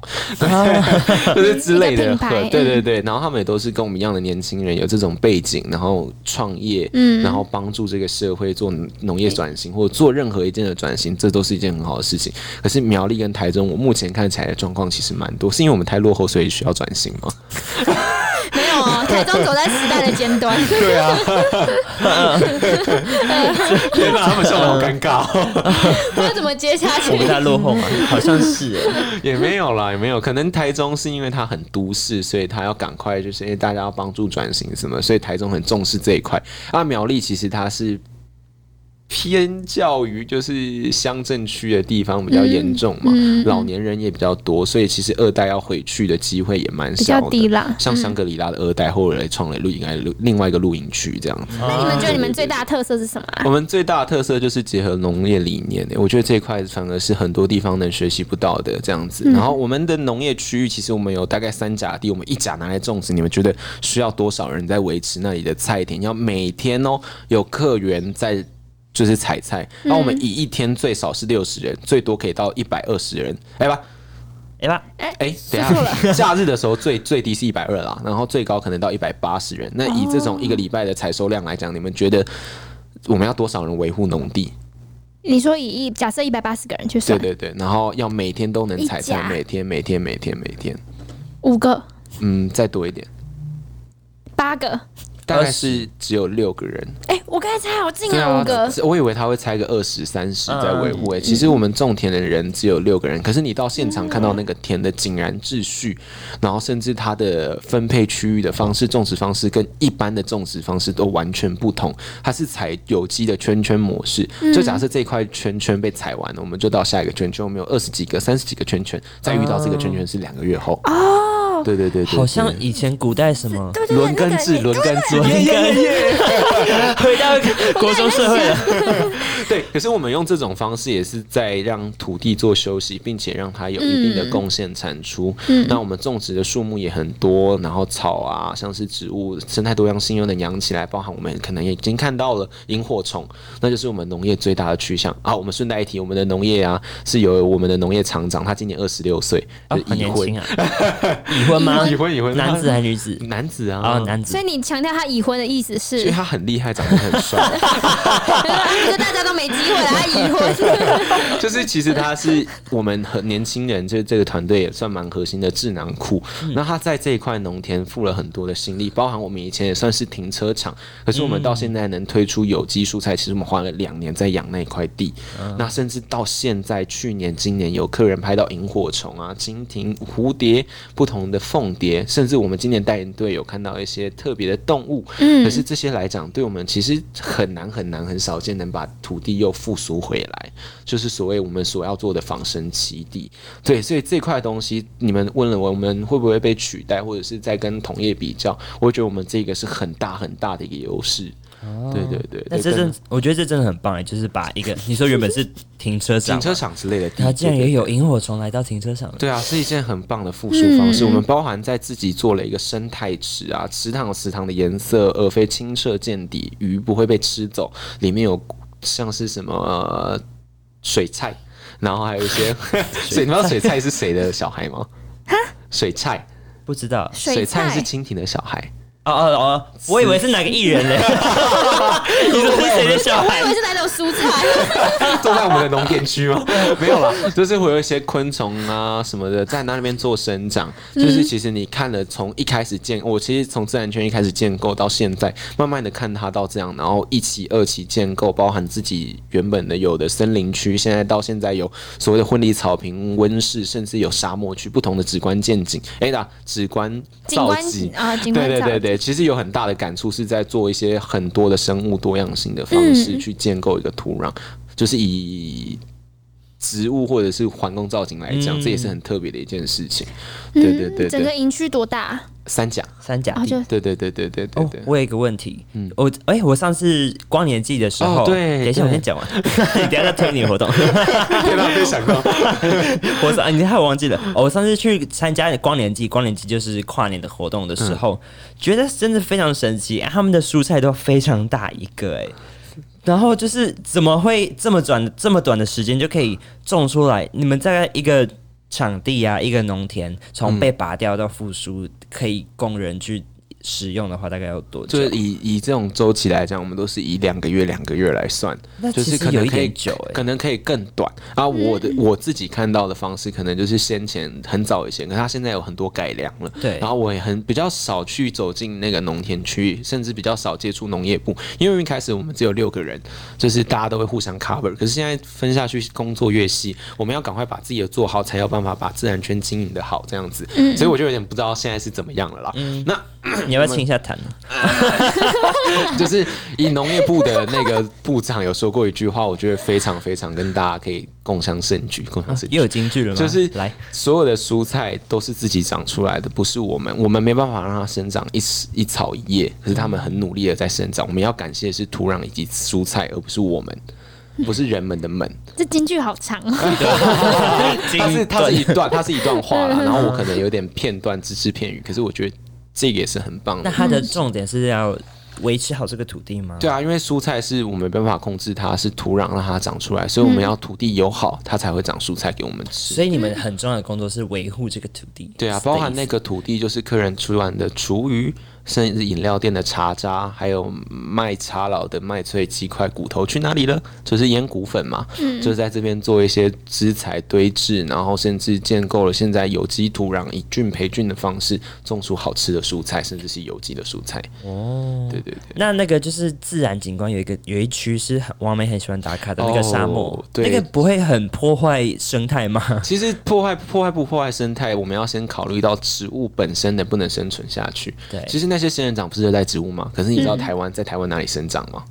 Speaker 3: 就是之类
Speaker 2: 一
Speaker 3: 的
Speaker 2: 个品，牌嗯
Speaker 3: 对对对，然后他们也都是跟我们一样的年轻人，有这种背景，然后创业，
Speaker 2: 嗯
Speaker 3: 然后帮助这个社会做农业转型，或者做任何一件的转型，这都是一件很好的事情。可是苗栗跟台中，我目前看起来的状况其实蛮多，是因为我们太落后，所以需要转型 吗？
Speaker 2: 没有哦，台中走在时代的尖端，
Speaker 3: 对啊，天哪，他们笑得好尴尬、
Speaker 2: 不知道怎么接下
Speaker 1: 我
Speaker 2: 去
Speaker 1: 们，在落后嘛，好像是欸耶。
Speaker 3: 也没有啦，也没有。可能台中是因为它很都市，所以它要赶快，就是因为大家要帮助转型什么，所以台中很重视这一块。啊，苗栗其实它是偏较于就是乡镇区的地方比较严重嘛，
Speaker 2: 嗯
Speaker 3: 老年人也比较多，所以其实二代要回去的机会也蛮
Speaker 2: 比较
Speaker 3: 小的。
Speaker 2: 低嗯啦。
Speaker 3: 像香格里拉的二代后来创了露营，还有另外一个露营区这样子。
Speaker 2: 那你们觉得你们最大的特色是什么啊？
Speaker 3: 我们最大的特色就是结合农业理念、欸，我觉得这一块反而是很多地方能学习不到的这样子。然后我们的农业区域，其实我们有大概三甲地，我们一甲拿来种植，你们觉得需要多少人在维持那里的菜田？要每天哦有客源在。就是采菜，然后我们以一天最少是六十人，最多可以到一百二十人，哎吧，
Speaker 1: 哎吧，
Speaker 3: 哎，等一下， 假日的时候最最低是一百二啦，然后最高可能到一百八十人。那以这种一个礼拜的采收量来讲，你们觉得我们要多少人维护农地？
Speaker 2: 你说以一假设一百八十个人去
Speaker 3: 对
Speaker 2: 算，
Speaker 3: 对对，然后要每天都能采
Speaker 2: 一家
Speaker 3: 菜，每天每天每天每天，
Speaker 2: 五个、
Speaker 3: 嗯，再多一点，
Speaker 2: 八个，
Speaker 3: 大概是只有六个人。
Speaker 2: 哎，我刚才猜好近
Speaker 3: 对
Speaker 2: 啊，
Speaker 3: 啊
Speaker 2: 五个，，
Speaker 3: 我以为他会拆个二十三十
Speaker 1: 嗯
Speaker 3: 在维护、欸。其实我们种田的人只有六个人，可是你到现场看到那个田的井然秩序，然后甚至它的分配区域的方式、种植方式跟一般的种植方式都完全不同。它是采有机的圈圈模式，就假设这块圈圈被采完了，我们就到下一个圈圈，我们有二十几个、三十几个圈圈，再遇到这个圈圈是两个月后。
Speaker 2: 哦，
Speaker 3: 对对对对，
Speaker 1: 好像
Speaker 3: 对
Speaker 1: 以前古代什么
Speaker 2: 对对对，
Speaker 3: 轮耕制、
Speaker 2: 那个
Speaker 3: 轮耕 制、
Speaker 1: 耶耶耶， 回到国中社会 了。
Speaker 3: 对，可是我们用这种方式也是在让土地做休息，并且让它有一定的贡献产出。那我们种植的树木也很多，然后草啊，像是植物，生态多样性又能养起来，包含我们可能也已经看到了萤火虫，那就是我们农业最大的趋向啊。我们顺带一提，我们的农业啊是由我们的农业厂长，他今年二十六岁，
Speaker 1: 啊
Speaker 3: 就是
Speaker 1: 很
Speaker 3: 已
Speaker 1: 年
Speaker 3: 婚
Speaker 1: 轻啊， 已婚吗？
Speaker 3: 已婚已婚
Speaker 1: 男子还女子？
Speaker 3: 男子啊，
Speaker 1: 啊，男
Speaker 4: 所
Speaker 1: 子
Speaker 4: 以。你强调他已婚的意思
Speaker 3: 所以
Speaker 4: 是，
Speaker 3: 他很厉害，长得很帅。
Speaker 4: 就大家都没机会了，他已 婚。
Speaker 3: 就是其实他是我们很年轻人，就是这个团队也算蛮核心的智囊库。那他在这一块农田付了很多的心力，包含我们以前也算是停车场，可是我们到现在能推出有机蔬菜，其实我们花了两年在养那一块地。那甚至到现在，去年、今年有客人拍到萤火虫啊、蜻蜓、蝴蝶、不同的凤蝶，甚至我们今年带领队有看到一些特别的动物。
Speaker 1: 嗯
Speaker 3: 可是这些来讲，对我们其实很难很难很少见能把土地又复苏回来，就是所谓我们所要做的仿生基地。对，所以这块东西，你们问了我们会不会被取代，或者是在跟同业比较，我觉得我们这个是很大很大的一个优势。对对对，
Speaker 1: 那
Speaker 3: 对
Speaker 1: 这
Speaker 3: 跟
Speaker 1: 真，我觉得这真的很棒哎，就是把一个你说原本是停车场
Speaker 3: 停
Speaker 1: 嘛，
Speaker 3: 车场之类的地，
Speaker 1: 然后竟然
Speaker 3: 对
Speaker 1: 也有萤火虫来到停车场了。
Speaker 3: 对啊，是一件很棒的复述方式。我们包含在自己做了一个生态池啊，池塘有池塘的颜色，饵非清澈见底，鱼不会被吃走，里面有像是什么、呃水菜，然后还有一 些水，你知道水菜是谁的小孩吗？水菜，
Speaker 1: 不知道
Speaker 3: 水
Speaker 2: 水
Speaker 3: 菜是蜻蜓的小孩。
Speaker 1: 哦哦哦，我以为是哪个艺人嘞， 你说是谁的小
Speaker 4: 我以
Speaker 1: 孩
Speaker 4: 为？是哪种蔬菜，
Speaker 3: 种在我们的农田区吗？ 没有啦，就是会有一些昆虫啊什么的在那边做生长。
Speaker 4: 嗯
Speaker 3: 就是其实你看了从一开始建，我其实从自然圈一开始建构到现在，慢慢的看它到这样，然后一期、二期建构，包含自己原本的有的森林区，现在到现在有所谓的婚礼草坪、温室，甚至有沙漠区，不同的直观见景。哎、那直观
Speaker 4: 景
Speaker 3: 造
Speaker 4: 观
Speaker 3: 景
Speaker 4: 啊，景
Speaker 3: 对
Speaker 4: 观
Speaker 3: 对
Speaker 4: 照
Speaker 3: 对对，其实有很大的感触是在做一些很多的生物多样性的方式去建构一个土壤，就是以植物或者是环工造景来讲，
Speaker 1: 嗯
Speaker 3: 这也是很特别的一件事情。对对
Speaker 2: 嗯
Speaker 3: 对啊嗯
Speaker 2: 整个
Speaker 3: 对，
Speaker 2: 营区多大？
Speaker 3: 三甲，
Speaker 1: 三甲
Speaker 2: 哦，就
Speaker 3: 对对对对对对
Speaker 1: 哦
Speaker 3: 对，。嗯
Speaker 1: 我有一个问题，我哎、我上次光年祭的时候，
Speaker 3: 哦对
Speaker 1: 等一下
Speaker 3: 对
Speaker 1: 我先讲完， 你等一下再推你活动，
Speaker 3: 天哪，没想到，
Speaker 1: 我上啊你害我忘记了，哦我上次去参加光年祭，光年祭就是跨年的活动的时候，
Speaker 3: 嗯
Speaker 1: 觉得真的非常神奇，啊他们的蔬菜都非常大一个、哎。然后就是怎么会这么短这么短的时间就可以种出来？你们在一个场地啊，一个农田，
Speaker 3: 嗯
Speaker 1: 从被拔掉到复苏，可以供人去使用的话，大概要多久
Speaker 3: 就是？以以这种周期来讲，我们都是以两个月两个月来算，
Speaker 1: 那
Speaker 3: 就
Speaker 1: 其
Speaker 3: 是
Speaker 1: 实
Speaker 3: 可
Speaker 1: 有
Speaker 3: 能
Speaker 1: 一
Speaker 3: 可以
Speaker 1: 点久嗯哎、
Speaker 3: 可能可以更短啊。我的我自己看到的方式，可能就是先前很早以前，可是它现在有很多改良了。
Speaker 1: 对
Speaker 3: 然后我也很比较少去走进那个农田区域，甚至比较少接触农业部，因为一开始我们只有六个人，就是大家都会互相 cover。可是现在分下去工作越细，我们要赶快把自己的做好，才有办法把自然圈经营的好这样子。
Speaker 1: 嗯
Speaker 3: 所以我就有点不知道现在是怎么样了啦。那
Speaker 1: 你要不要清一下痰？
Speaker 3: 就是以农业部的那个部长有说过一句话，我觉得非常非常跟大家可以共享盛举，共享盛
Speaker 1: 啊
Speaker 3: 举。
Speaker 1: 也有京剧了吗？
Speaker 3: 就是
Speaker 1: 来，
Speaker 3: 所有的蔬菜都是自己长出来的，不是我们，我们没办法让它生长一时一草一叶，可是他们很努力的在生长。我们要感谢的是土壤以及蔬菜，而不是 我们，不是人们的们。
Speaker 2: 这京剧好 长哦。
Speaker 3: 它是它是一
Speaker 1: 京剧
Speaker 3: 段，它是一段 话啦，然后我可能有点片段只字片语，可是我觉得这个也是很棒的
Speaker 1: 那。它的重点是要维持好这个土地吗？
Speaker 3: 对啊，因为蔬菜是我们没办法控制它，是土壤让它长出来，所以我们要土地友好，它才会长蔬菜给我们吃。
Speaker 1: 所以你们很重要的工作是维护这个土地。
Speaker 3: 嗯对啊，
Speaker 1: 是这
Speaker 3: 包含
Speaker 1: 意思
Speaker 3: 那个土地，就是客人吃完的厨余，甚至饮料店的茶渣，还有卖茶佬的麦脆鸡块骨头去哪里了？就是腌骨粉嘛，就是在这边做一些资材堆置，然后甚至建构了现在有机土壤，以菌培菌的方式种出好吃的蔬菜，甚至是有机的蔬菜。哦，对对对。
Speaker 1: 那那个就是自然景观有一个有一区是很王美很喜欢打卡的那个
Speaker 3: 哦
Speaker 1: 沙漠，
Speaker 3: 对
Speaker 1: 那个不会很破坏生态吗？
Speaker 3: 其实破坏破坏不破坏生态，我们要先考虑到植物本身能不能生存下去。
Speaker 1: 对嗯
Speaker 3: 其实那些仙人掌不是热带植物吗？可是你知道台湾在台湾哪里生长吗？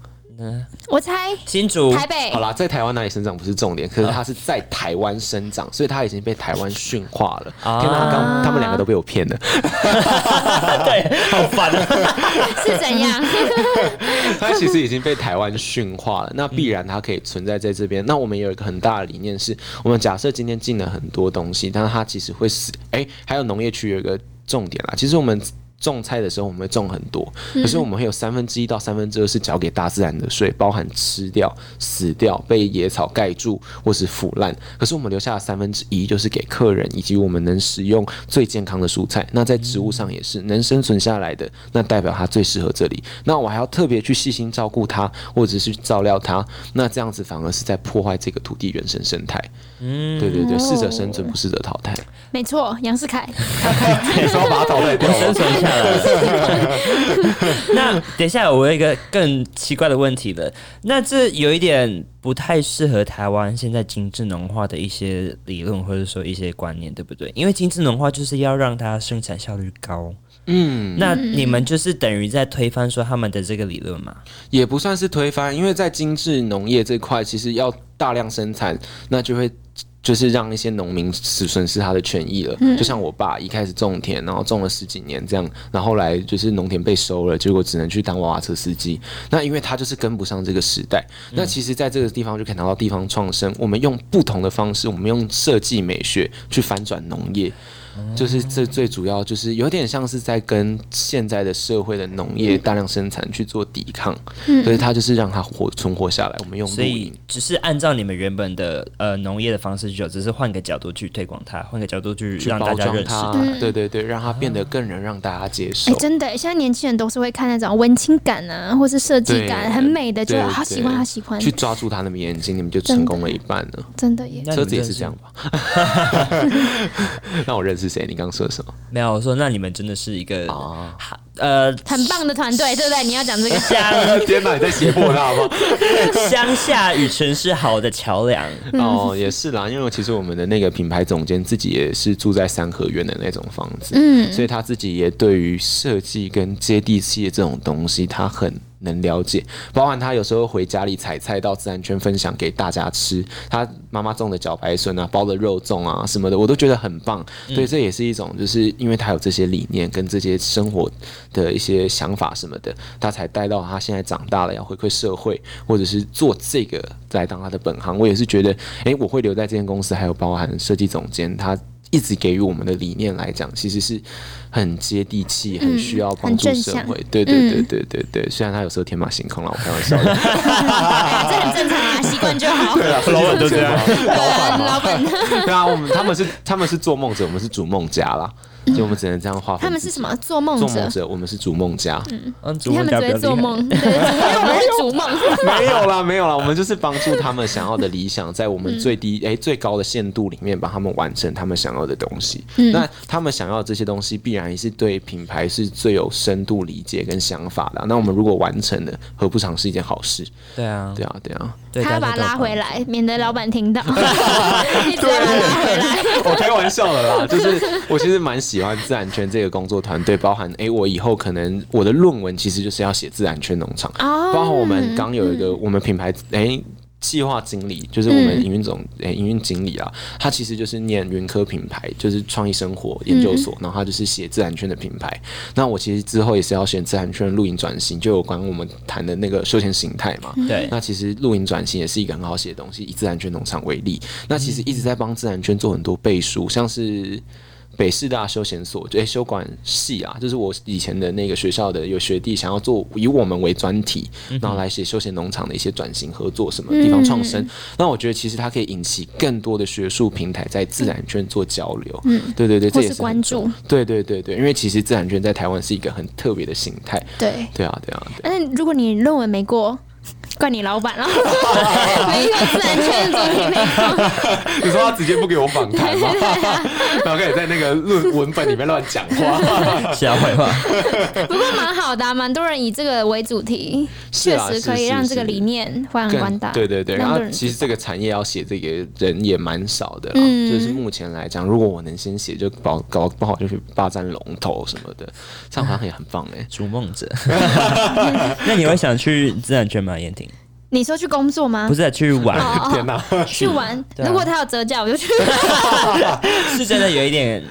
Speaker 2: 我猜
Speaker 1: 新竹
Speaker 2: 台北
Speaker 3: 好啦，在台湾哪里生长不是重点，可是他是在台湾生长，所以他已经被台湾驯化了。
Speaker 1: 啊
Speaker 3: 天哪，刚他们两个都被我骗了。
Speaker 1: 对，好烦啊！
Speaker 2: 是怎 样？
Speaker 3: 它其实已经被台湾驯化了，那必然它可以存在在这边。那我们也有一个很大的理念是，我们假设今天进了很多东西，但是它其实会死。哎、还有农业区有一个重点啦，其实我们。种菜的时候，我们会种很多，可是我们会有三分之一到三分之二是交给大自然的税，包含吃掉、死掉、被野草盖住或是腐烂。可是我们留下的三分之一就是给客人以及我们能食用最健康的蔬菜。那在植物上也是能生存下来的，那代表它最适合这里。那我还要特别去细心照顾它，或者是去照料它。那这样子反而是在破坏这个土地原生生态。嗯，对对对，适者生存，不适者淘汰。
Speaker 2: 没错，杨世凯。
Speaker 3: 你说要 把它淘汰掉
Speaker 1: 生存下来。 那等一下，我有一个更奇怪的问题了。那这有一点不太适合台湾现在精致农化的一些理论，或者说一些观念，对不对？因为精致农化就是要让它生产效率高。嗯，那你们就是等于在推翻说他们的这个理论嘛？
Speaker 3: 也不算是推翻，因为在精致农业这块，其实要大量生产，那就会。就是让一些农民损损失他的权益了，就像我爸一开始种田，然后种了十几年这样，然后后来就是农田被收了，结果只能去当娃娃车司机。那因为他就是跟不上这个时代。那其实，在这个地方就可以拿到地方创生。我们用不同的方式，我们用设计美学去翻转农业，就是这最主要就是有点像是在跟现在的社会的农业大量生产去做抵抗，所以它就是让它活存活下来。我们用
Speaker 1: 所
Speaker 3: 露营
Speaker 1: 以。只是按照你们原本的呃农业的方式去走，只是换个角度去推广它，换个角度去
Speaker 3: 去
Speaker 1: 让大
Speaker 3: 包
Speaker 1: 家认
Speaker 3: 装
Speaker 1: 识
Speaker 3: 它，啊对对对，让它变得更能让大家接
Speaker 2: 嗯哎、
Speaker 3: 受。
Speaker 2: 真的，现在年轻人都是会看那种文青感啊，或是设计
Speaker 3: 对
Speaker 2: 感很美的，就
Speaker 3: 对
Speaker 2: 好喜欢，
Speaker 3: 对
Speaker 2: 好喜欢，
Speaker 3: 去抓住他那么眼睛，你们就成功了一半了。
Speaker 2: 真的耶。
Speaker 1: 那你
Speaker 3: 车
Speaker 1: 们
Speaker 3: 子也
Speaker 1: 真的
Speaker 3: 是这样吧？ 那我认识谁？你刚说什么？
Speaker 1: 没有，我说那你们真的是一个、
Speaker 3: 啊
Speaker 1: 哈呃
Speaker 2: 很棒的团队，对不对？你要讲 这个
Speaker 1: 乡
Speaker 3: 天哪，你在胁迫他吗？
Speaker 1: 乡下与城市好的桥梁。
Speaker 3: 哦，也是啦，因为其实我们的那个品牌总监自己也是住在三合院的那种房子，嗯，所以他自己也对于设计跟接地气的这种东西，他很。能了解，包含他有时候回家里采菜到自然圈分享给大家吃，他妈妈种的茭白笋啊，包的肉粽啊什么的，我都觉得很棒。对，这也是一种，就是因为他有这些理念跟这些生活的一些想法什么的，他才带到他现在长大了要回馈社会，或者是做这个来当他的本行。我也是觉得，诶，我会留在这间公司，还有包含设计总监，他一直给予我们的理念来讲，其实是很接地气，很需要帮
Speaker 2: 嗯
Speaker 3: 助
Speaker 2: 很正
Speaker 3: 社
Speaker 2: 向嗯
Speaker 3: 会。对对对对对对，虽然他有时候天马行空了，我开玩 笑的。
Speaker 2: 哎这很正常啊，习惯就好。对
Speaker 3: 老板都这样，
Speaker 1: 嗯
Speaker 3: 老板嘛
Speaker 2: 老板，
Speaker 3: 对啊，我们他们是他们是做梦者，我们是逐梦家啦，所以我们只能这样划分。
Speaker 2: 嗯他们是什？么？做梦
Speaker 3: 做
Speaker 2: 者
Speaker 3: 梦，者，我们是逐梦家。
Speaker 1: 嗯， 主
Speaker 2: 他
Speaker 1: 文
Speaker 2: 们
Speaker 1: 家比较
Speaker 2: 只会
Speaker 1: 厉
Speaker 2: 做
Speaker 1: 害
Speaker 2: 梦，对，因为我们是逐梦。
Speaker 3: 没有啦，没有啦，我们就是帮助他们想要的理想，在我们最低诶最高的限度里面，帮他们完成他们想要的东西。那他们想要的这些东西，必然是对品牌是最有深度理解跟想法的啊。那我们如果完成了，何不尝试一件好事？
Speaker 1: 对啊，
Speaker 3: 对啊，对啊。
Speaker 1: 对，
Speaker 2: 他要
Speaker 1: 大
Speaker 2: 把
Speaker 1: 家
Speaker 2: 他
Speaker 1: 都
Speaker 2: 拉
Speaker 1: 懂
Speaker 2: 回来，免得老板 听到，一直要把他拉回来。
Speaker 3: 我哦开玩笑的啦，就是我其实蛮喜欢自然圈这个工作团队，包含诶，我以后可能我的论文其实就是要写自然圈农场，包含我们刚有一个我们品牌诶，计划经理就是我们营运总诶营运经理啊，他其实就是念云科品牌，就是创意生活研究所，然后他就是写自然圈的品牌。那我其实之后也是要选自然圈露营转型，就有关我们谈的那个休闲形态嘛。
Speaker 1: 对
Speaker 3: 那其实露营转型也是一个很好写的东西，以自然圈农场为例，那其实一直在帮自然圈做很多背书，像是。北师大休闲所，就诶修管系啊，就是我以前的那个学校的有学弟想要做以我们为专题，然后来写休闲农场的一些转型合作，什么地
Speaker 2: 嗯
Speaker 3: 方创生。那我觉得其实它可以引起更多的学术平台在自然圈做交流。嗯，对对对，这
Speaker 2: 或
Speaker 3: 也
Speaker 2: 是
Speaker 3: 是很
Speaker 2: 关
Speaker 3: 重
Speaker 2: 注
Speaker 3: 要。对对对对，因为其实自然圈在台湾是一个很特别的形态。
Speaker 2: 对，
Speaker 3: 对啊对啊，对啊
Speaker 2: 但是如果你论文没过，怪你老 板了，哦没有自然圈的作品没过。
Speaker 3: 你说他直接不给我访谈 吗？
Speaker 2: 啊
Speaker 3: 然后开始在那个论文本里面乱讲 话。
Speaker 1: 吓坏 话，
Speaker 2: 不过蛮好的啊、蛮多人以这个为主题，
Speaker 3: 是
Speaker 2: 确
Speaker 3: 啊
Speaker 2: 实
Speaker 3: 是
Speaker 2: 可以
Speaker 3: 是
Speaker 2: 让
Speaker 3: 是
Speaker 2: 这个理念发扬光
Speaker 3: 更
Speaker 2: 大。
Speaker 3: 对对对，然
Speaker 2: 让
Speaker 3: 后
Speaker 2: 多人
Speaker 3: 其实这个产业要写这个人也蛮少的啦，
Speaker 2: 嗯
Speaker 3: 就是目前来讲，如果我能先写，就搞搞不好就去霸占龙头什么的，这样好像也很棒哎、
Speaker 1: 逐梦者。那你会想去自然圈吗？燕婷？
Speaker 2: 你说去工作吗
Speaker 1: 不？是在去玩，
Speaker 2: 啊哦
Speaker 3: 天哪、
Speaker 2: 去玩。
Speaker 1: 对啊
Speaker 2: 如果他有折价，我就去
Speaker 1: 是真的有一 点。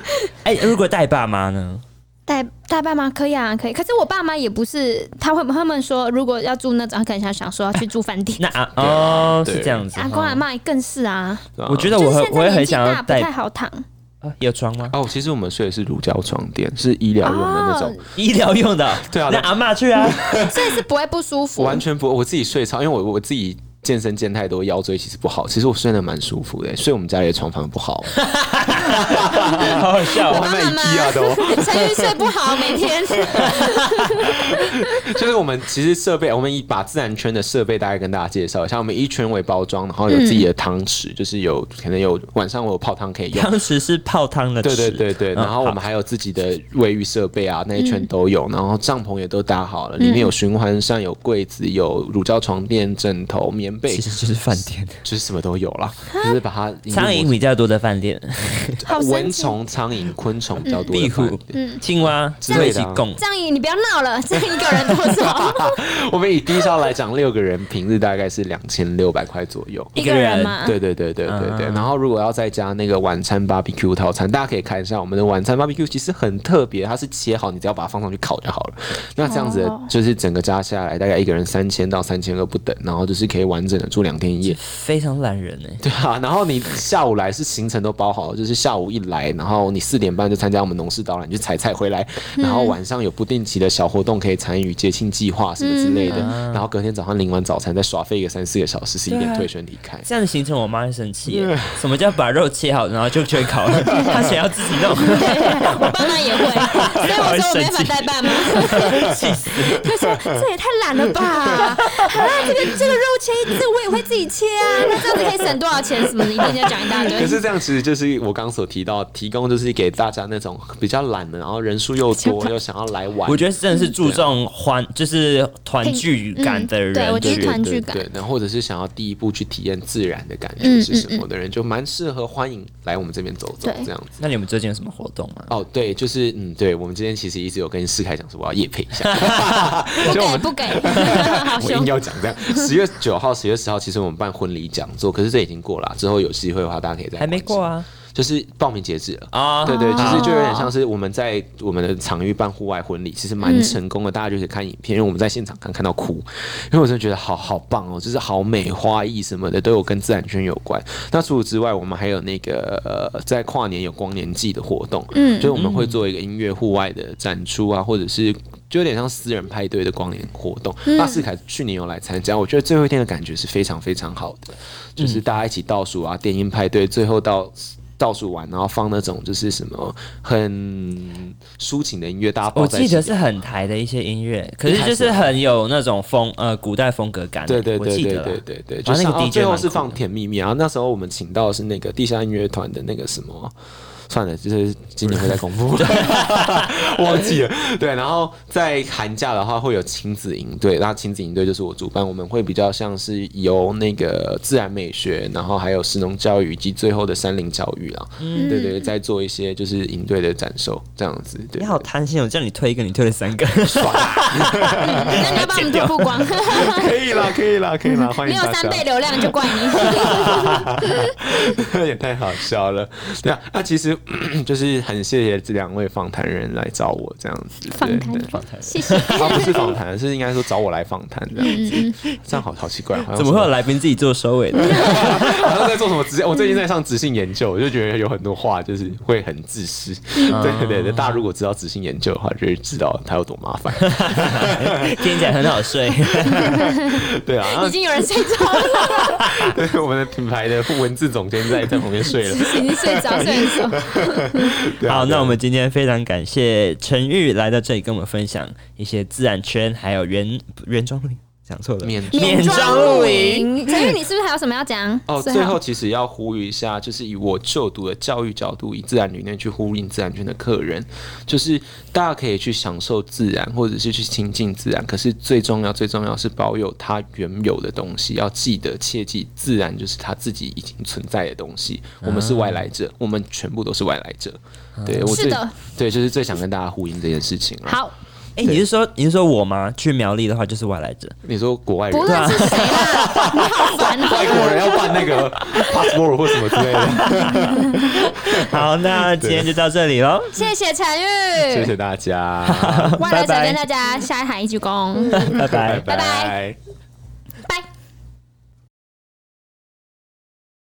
Speaker 1: 哎、如果带爸妈呢？
Speaker 2: 带带爸妈可以啊，可以。可是我爸妈也不是，他会他们说，如果要住那种，他可能想想说要去住饭 店。啊
Speaker 1: 那啊哦，
Speaker 3: 对
Speaker 1: 是这样子。
Speaker 2: 阿公阿
Speaker 1: 哦
Speaker 2: 妈更是啊，
Speaker 3: 对啊
Speaker 1: 我觉得
Speaker 2: 就
Speaker 1: 我
Speaker 2: 是
Speaker 1: 很
Speaker 2: 现
Speaker 1: 我
Speaker 2: 在
Speaker 1: 也
Speaker 2: 年
Speaker 1: 很
Speaker 2: 纪
Speaker 1: 想要
Speaker 2: 大不
Speaker 1: 带
Speaker 2: 太好躺
Speaker 1: 啊，有床吗？
Speaker 3: 哦，其实我们睡的是乳胶床垫，是医疗用的那种，
Speaker 2: 哦
Speaker 1: 医疗用的，
Speaker 3: 对啊
Speaker 1: 那阿嬷去 啊。
Speaker 2: 所以是不会不舒
Speaker 3: 我
Speaker 2: 服。
Speaker 3: 完全不，我自己睡超，因为我我自己健身健太多，腰椎其实不好，其实我睡得蛮舒服的，欸睡我们家里的床房不好，
Speaker 1: 好好笑
Speaker 3: 我
Speaker 1: 哦。
Speaker 3: 还买
Speaker 2: 妈妈
Speaker 3: IKEA 的哦，
Speaker 2: 陈玉睡不好，每天
Speaker 3: 就是我们其实设备，我们以把自然圈的设备大概跟大家介绍一下，我们一圈为包装，然后有自己的汤匙，就是有可能有晚上我有泡汤可以用。
Speaker 1: 汤匙是泡汤的匙，
Speaker 3: 对对对对，
Speaker 1: 嗯
Speaker 3: 然后我们
Speaker 1: 好
Speaker 3: 还有自己的卫浴设备啊，那一圈都有，然后帐篷也都搭好了，里面有循环扇、有柜子、有乳胶床垫、枕头、棉被
Speaker 1: 其，实就是饭店，
Speaker 3: 就是什么都有 啦，就是把它荧幕
Speaker 1: 苍蝇比较多的饭店，
Speaker 2: 好神奇
Speaker 3: 蚊虫、苍蝇、昆虫比较多的
Speaker 1: 壁
Speaker 3: 饭
Speaker 1: 虎
Speaker 3: 店。、
Speaker 2: 嗯
Speaker 1: 青蛙
Speaker 3: 之
Speaker 1: 会
Speaker 3: 类
Speaker 1: 一起
Speaker 3: 的啊
Speaker 1: 供。
Speaker 2: 这样你不要闹了，这样一个人多少？
Speaker 3: 我们以低消来讲，六个人平日大概是两千六百块左右。
Speaker 1: 一
Speaker 2: 一
Speaker 1: 个
Speaker 2: 个
Speaker 1: 人
Speaker 2: 人嘛，
Speaker 3: 对对对对对对，然后如果要再加那个晚餐 barbecue 套餐，大家可以看一下我们的晚餐 barbecue，其实很特别，它是切好，你只要把它放上去烤就好了。那这样子
Speaker 2: 哦
Speaker 3: 就是整个加下来，大概一个人三千到三千二不等，然后就是可以完整的住两天一夜。
Speaker 1: 非常懒人哎、
Speaker 3: 对啊，然后你下午来是行程都包好了，就是下午一来，然后你四点半就参加我们农事导览，你去采菜回来，嗯然后晚上有不定期的小活动可以参与节庆计划什么之类的，然后隔天早上领完早餐再耍废个三四个小时，十一点退选离开。
Speaker 1: 这样的行程我妈会生气
Speaker 3: 嗯
Speaker 1: 耶、什么叫把肉切好然后就去烤 了？她想要自己弄，
Speaker 2: 我爸妈 也会，所以我说我没法带爸妈。
Speaker 1: 气死！
Speaker 2: 他说这也太 懒了吧！啊，这个这个肉切一次我也会自己切啊，那这样子可以省多少钱？什么的一定要讲一大 堆
Speaker 3: 可。是这样其实就是我刚所提到，提供就是给大家那种比较懒的，然后人数又多又想要来玩。
Speaker 1: 我觉得真的是注重欢，就是团聚感的人，
Speaker 2: 嗯对我觉得
Speaker 1: 对
Speaker 3: 对
Speaker 2: 团聚
Speaker 3: 对
Speaker 2: 感
Speaker 3: 对，然后或者是想要第一步去体验自然的感觉是什么的人，就蛮适合欢迎来我们这边走走
Speaker 2: 嗯对
Speaker 3: 这样子。
Speaker 1: 那你们最近有什么活动吗？
Speaker 3: 哦，对，就是嗯，对，我们今天其实一直有跟世凯讲 说我要夜配一下，
Speaker 2: 不给不给， 好
Speaker 3: 我硬
Speaker 2: 凶。
Speaker 3: 要讲这样。十月九号、十月十号，其实我们办婚礼讲座，可是这已经过了啊，之后有机会的话大家可以再
Speaker 1: 还没
Speaker 3: 关心
Speaker 1: 过，啊
Speaker 3: 就是报名截止了。
Speaker 1: 啊！
Speaker 3: 对对，其实就有点像是我们在我们的场域办户外婚礼，其实
Speaker 1: 嗯
Speaker 3: 蛮成功的，大家就可以看影片，因为我们在现场看看到哭， 因为我真的觉得好好棒哦，就是好美花艺什么的都有跟自然圈有关。那除此之外，我们还有那个呃，在跨年有光年祭的活动，嗯，就是我们会做一个音乐户外的展出啊，或者是。就有点像私人派对的光年活动，
Speaker 1: 嗯
Speaker 3: 那世凯去年有来参加，我觉得最后一天的感觉是非常非常好的，
Speaker 1: 嗯
Speaker 3: 就是大家一起倒数啊，电音派对，最后到倒数完，然后放那种就是什么很抒情的音乐，大家抱
Speaker 1: 我
Speaker 3: 在一
Speaker 1: 记
Speaker 3: 起
Speaker 1: 得是很台的一些音乐，可是就是很有那种风呃古代风格感。
Speaker 3: 对对
Speaker 1: 我
Speaker 3: 对
Speaker 1: 记
Speaker 3: 对
Speaker 1: 得啦
Speaker 3: 对对对，
Speaker 1: 然后
Speaker 3: 是
Speaker 1: 那个
Speaker 3: 哦
Speaker 1: DJ
Speaker 3: 最后
Speaker 1: 蛮
Speaker 3: 是
Speaker 1: 酷
Speaker 3: 放
Speaker 1: 的
Speaker 3: 《甜蜜蜜》，然后那时候我们请到的是那个地下音乐团的那个什么。算了，就是今年会再公 布，忘记了。对，然后在寒假的话会有亲子营队，那亲子营队就是我主办，我们会比较像是由那个自然美学，然后还有神农教育以及最后的山林教育啦，
Speaker 1: 嗯
Speaker 3: 对对，在做一些就是营队的展售这样子。对，
Speaker 1: 你好贪心哦，叫你推一个，你推了三个，
Speaker 2: 那你要帮我们多曝光，
Speaker 3: 可以啦，可以啦，可以 啦，欢
Speaker 2: 没
Speaker 3: 迎
Speaker 2: 有
Speaker 3: 大
Speaker 2: 三
Speaker 3: 家。
Speaker 2: 倍流量就怪你。
Speaker 3: 也太好笑了。对啊，那其实 就是很谢谢这两位访谈人来找我这样子。
Speaker 2: 访谈
Speaker 3: 对
Speaker 2: 人
Speaker 3: 对
Speaker 2: 谢谢。
Speaker 3: 啊，不是访谈，是应该说找我来访谈这样
Speaker 2: 嗯
Speaker 3: 子，这样好好奇怪，哦好像
Speaker 1: 怎么会有
Speaker 3: 什
Speaker 1: 来宾自己做收尾的？
Speaker 3: 么 好像在做什么直？我最近在上直性研究，我就觉得有很多话就是会很自私。
Speaker 2: 嗯
Speaker 3: 对对对对，大家如果知道直性研究的话，就会知道它有多麻烦。
Speaker 1: 听起来很好睡。
Speaker 3: 对 啊，然后
Speaker 2: 已经有人睡着了，
Speaker 3: 对我们的品牌的文字总监在在旁边睡了。
Speaker 2: 已经睡着睡很熟。
Speaker 3: 对啊
Speaker 1: 好，
Speaker 3: 对啊
Speaker 1: 那我们今天非常感谢陈玉来到这里跟我们分享一些自然圈，还有原原装露营，讲错了，
Speaker 3: 免
Speaker 1: 免装露营。，
Speaker 2: 陈玉，你是不是还有什么要讲？
Speaker 3: 哦，最后其实要呼吁一下，就是以我就读的教育角度，以自然理念去呼应自然圈的客人，就是大家可以去享受自然，或者是去亲近自然。可是最重要、最重要是保有它原有的东西，要记得切记，自然就是它自己已经存在的东西。我们是外来者，我们全部都是外来者。对，我
Speaker 2: 嗯是
Speaker 3: 最
Speaker 2: 的
Speaker 3: 对，就是最想跟大家呼应这件事情了。
Speaker 2: 好，
Speaker 1: 哎、你是说你是说我吗？去苗栗的话就是外来 者，
Speaker 3: 你说国外人
Speaker 2: 不论是谁 啦，你好烦哦。
Speaker 3: 外国人要办那个 passport 或什么之类的，
Speaker 1: 好，那今天就到这里喽。
Speaker 4: 谢谢陈
Speaker 3: 谢
Speaker 4: 玉，
Speaker 3: 谢大家，
Speaker 4: 外来者
Speaker 1: 拜拜
Speaker 4: 跟大家下海一鞠躬。
Speaker 1: 拜
Speaker 4: 拜
Speaker 1: 拜
Speaker 3: 嗯拜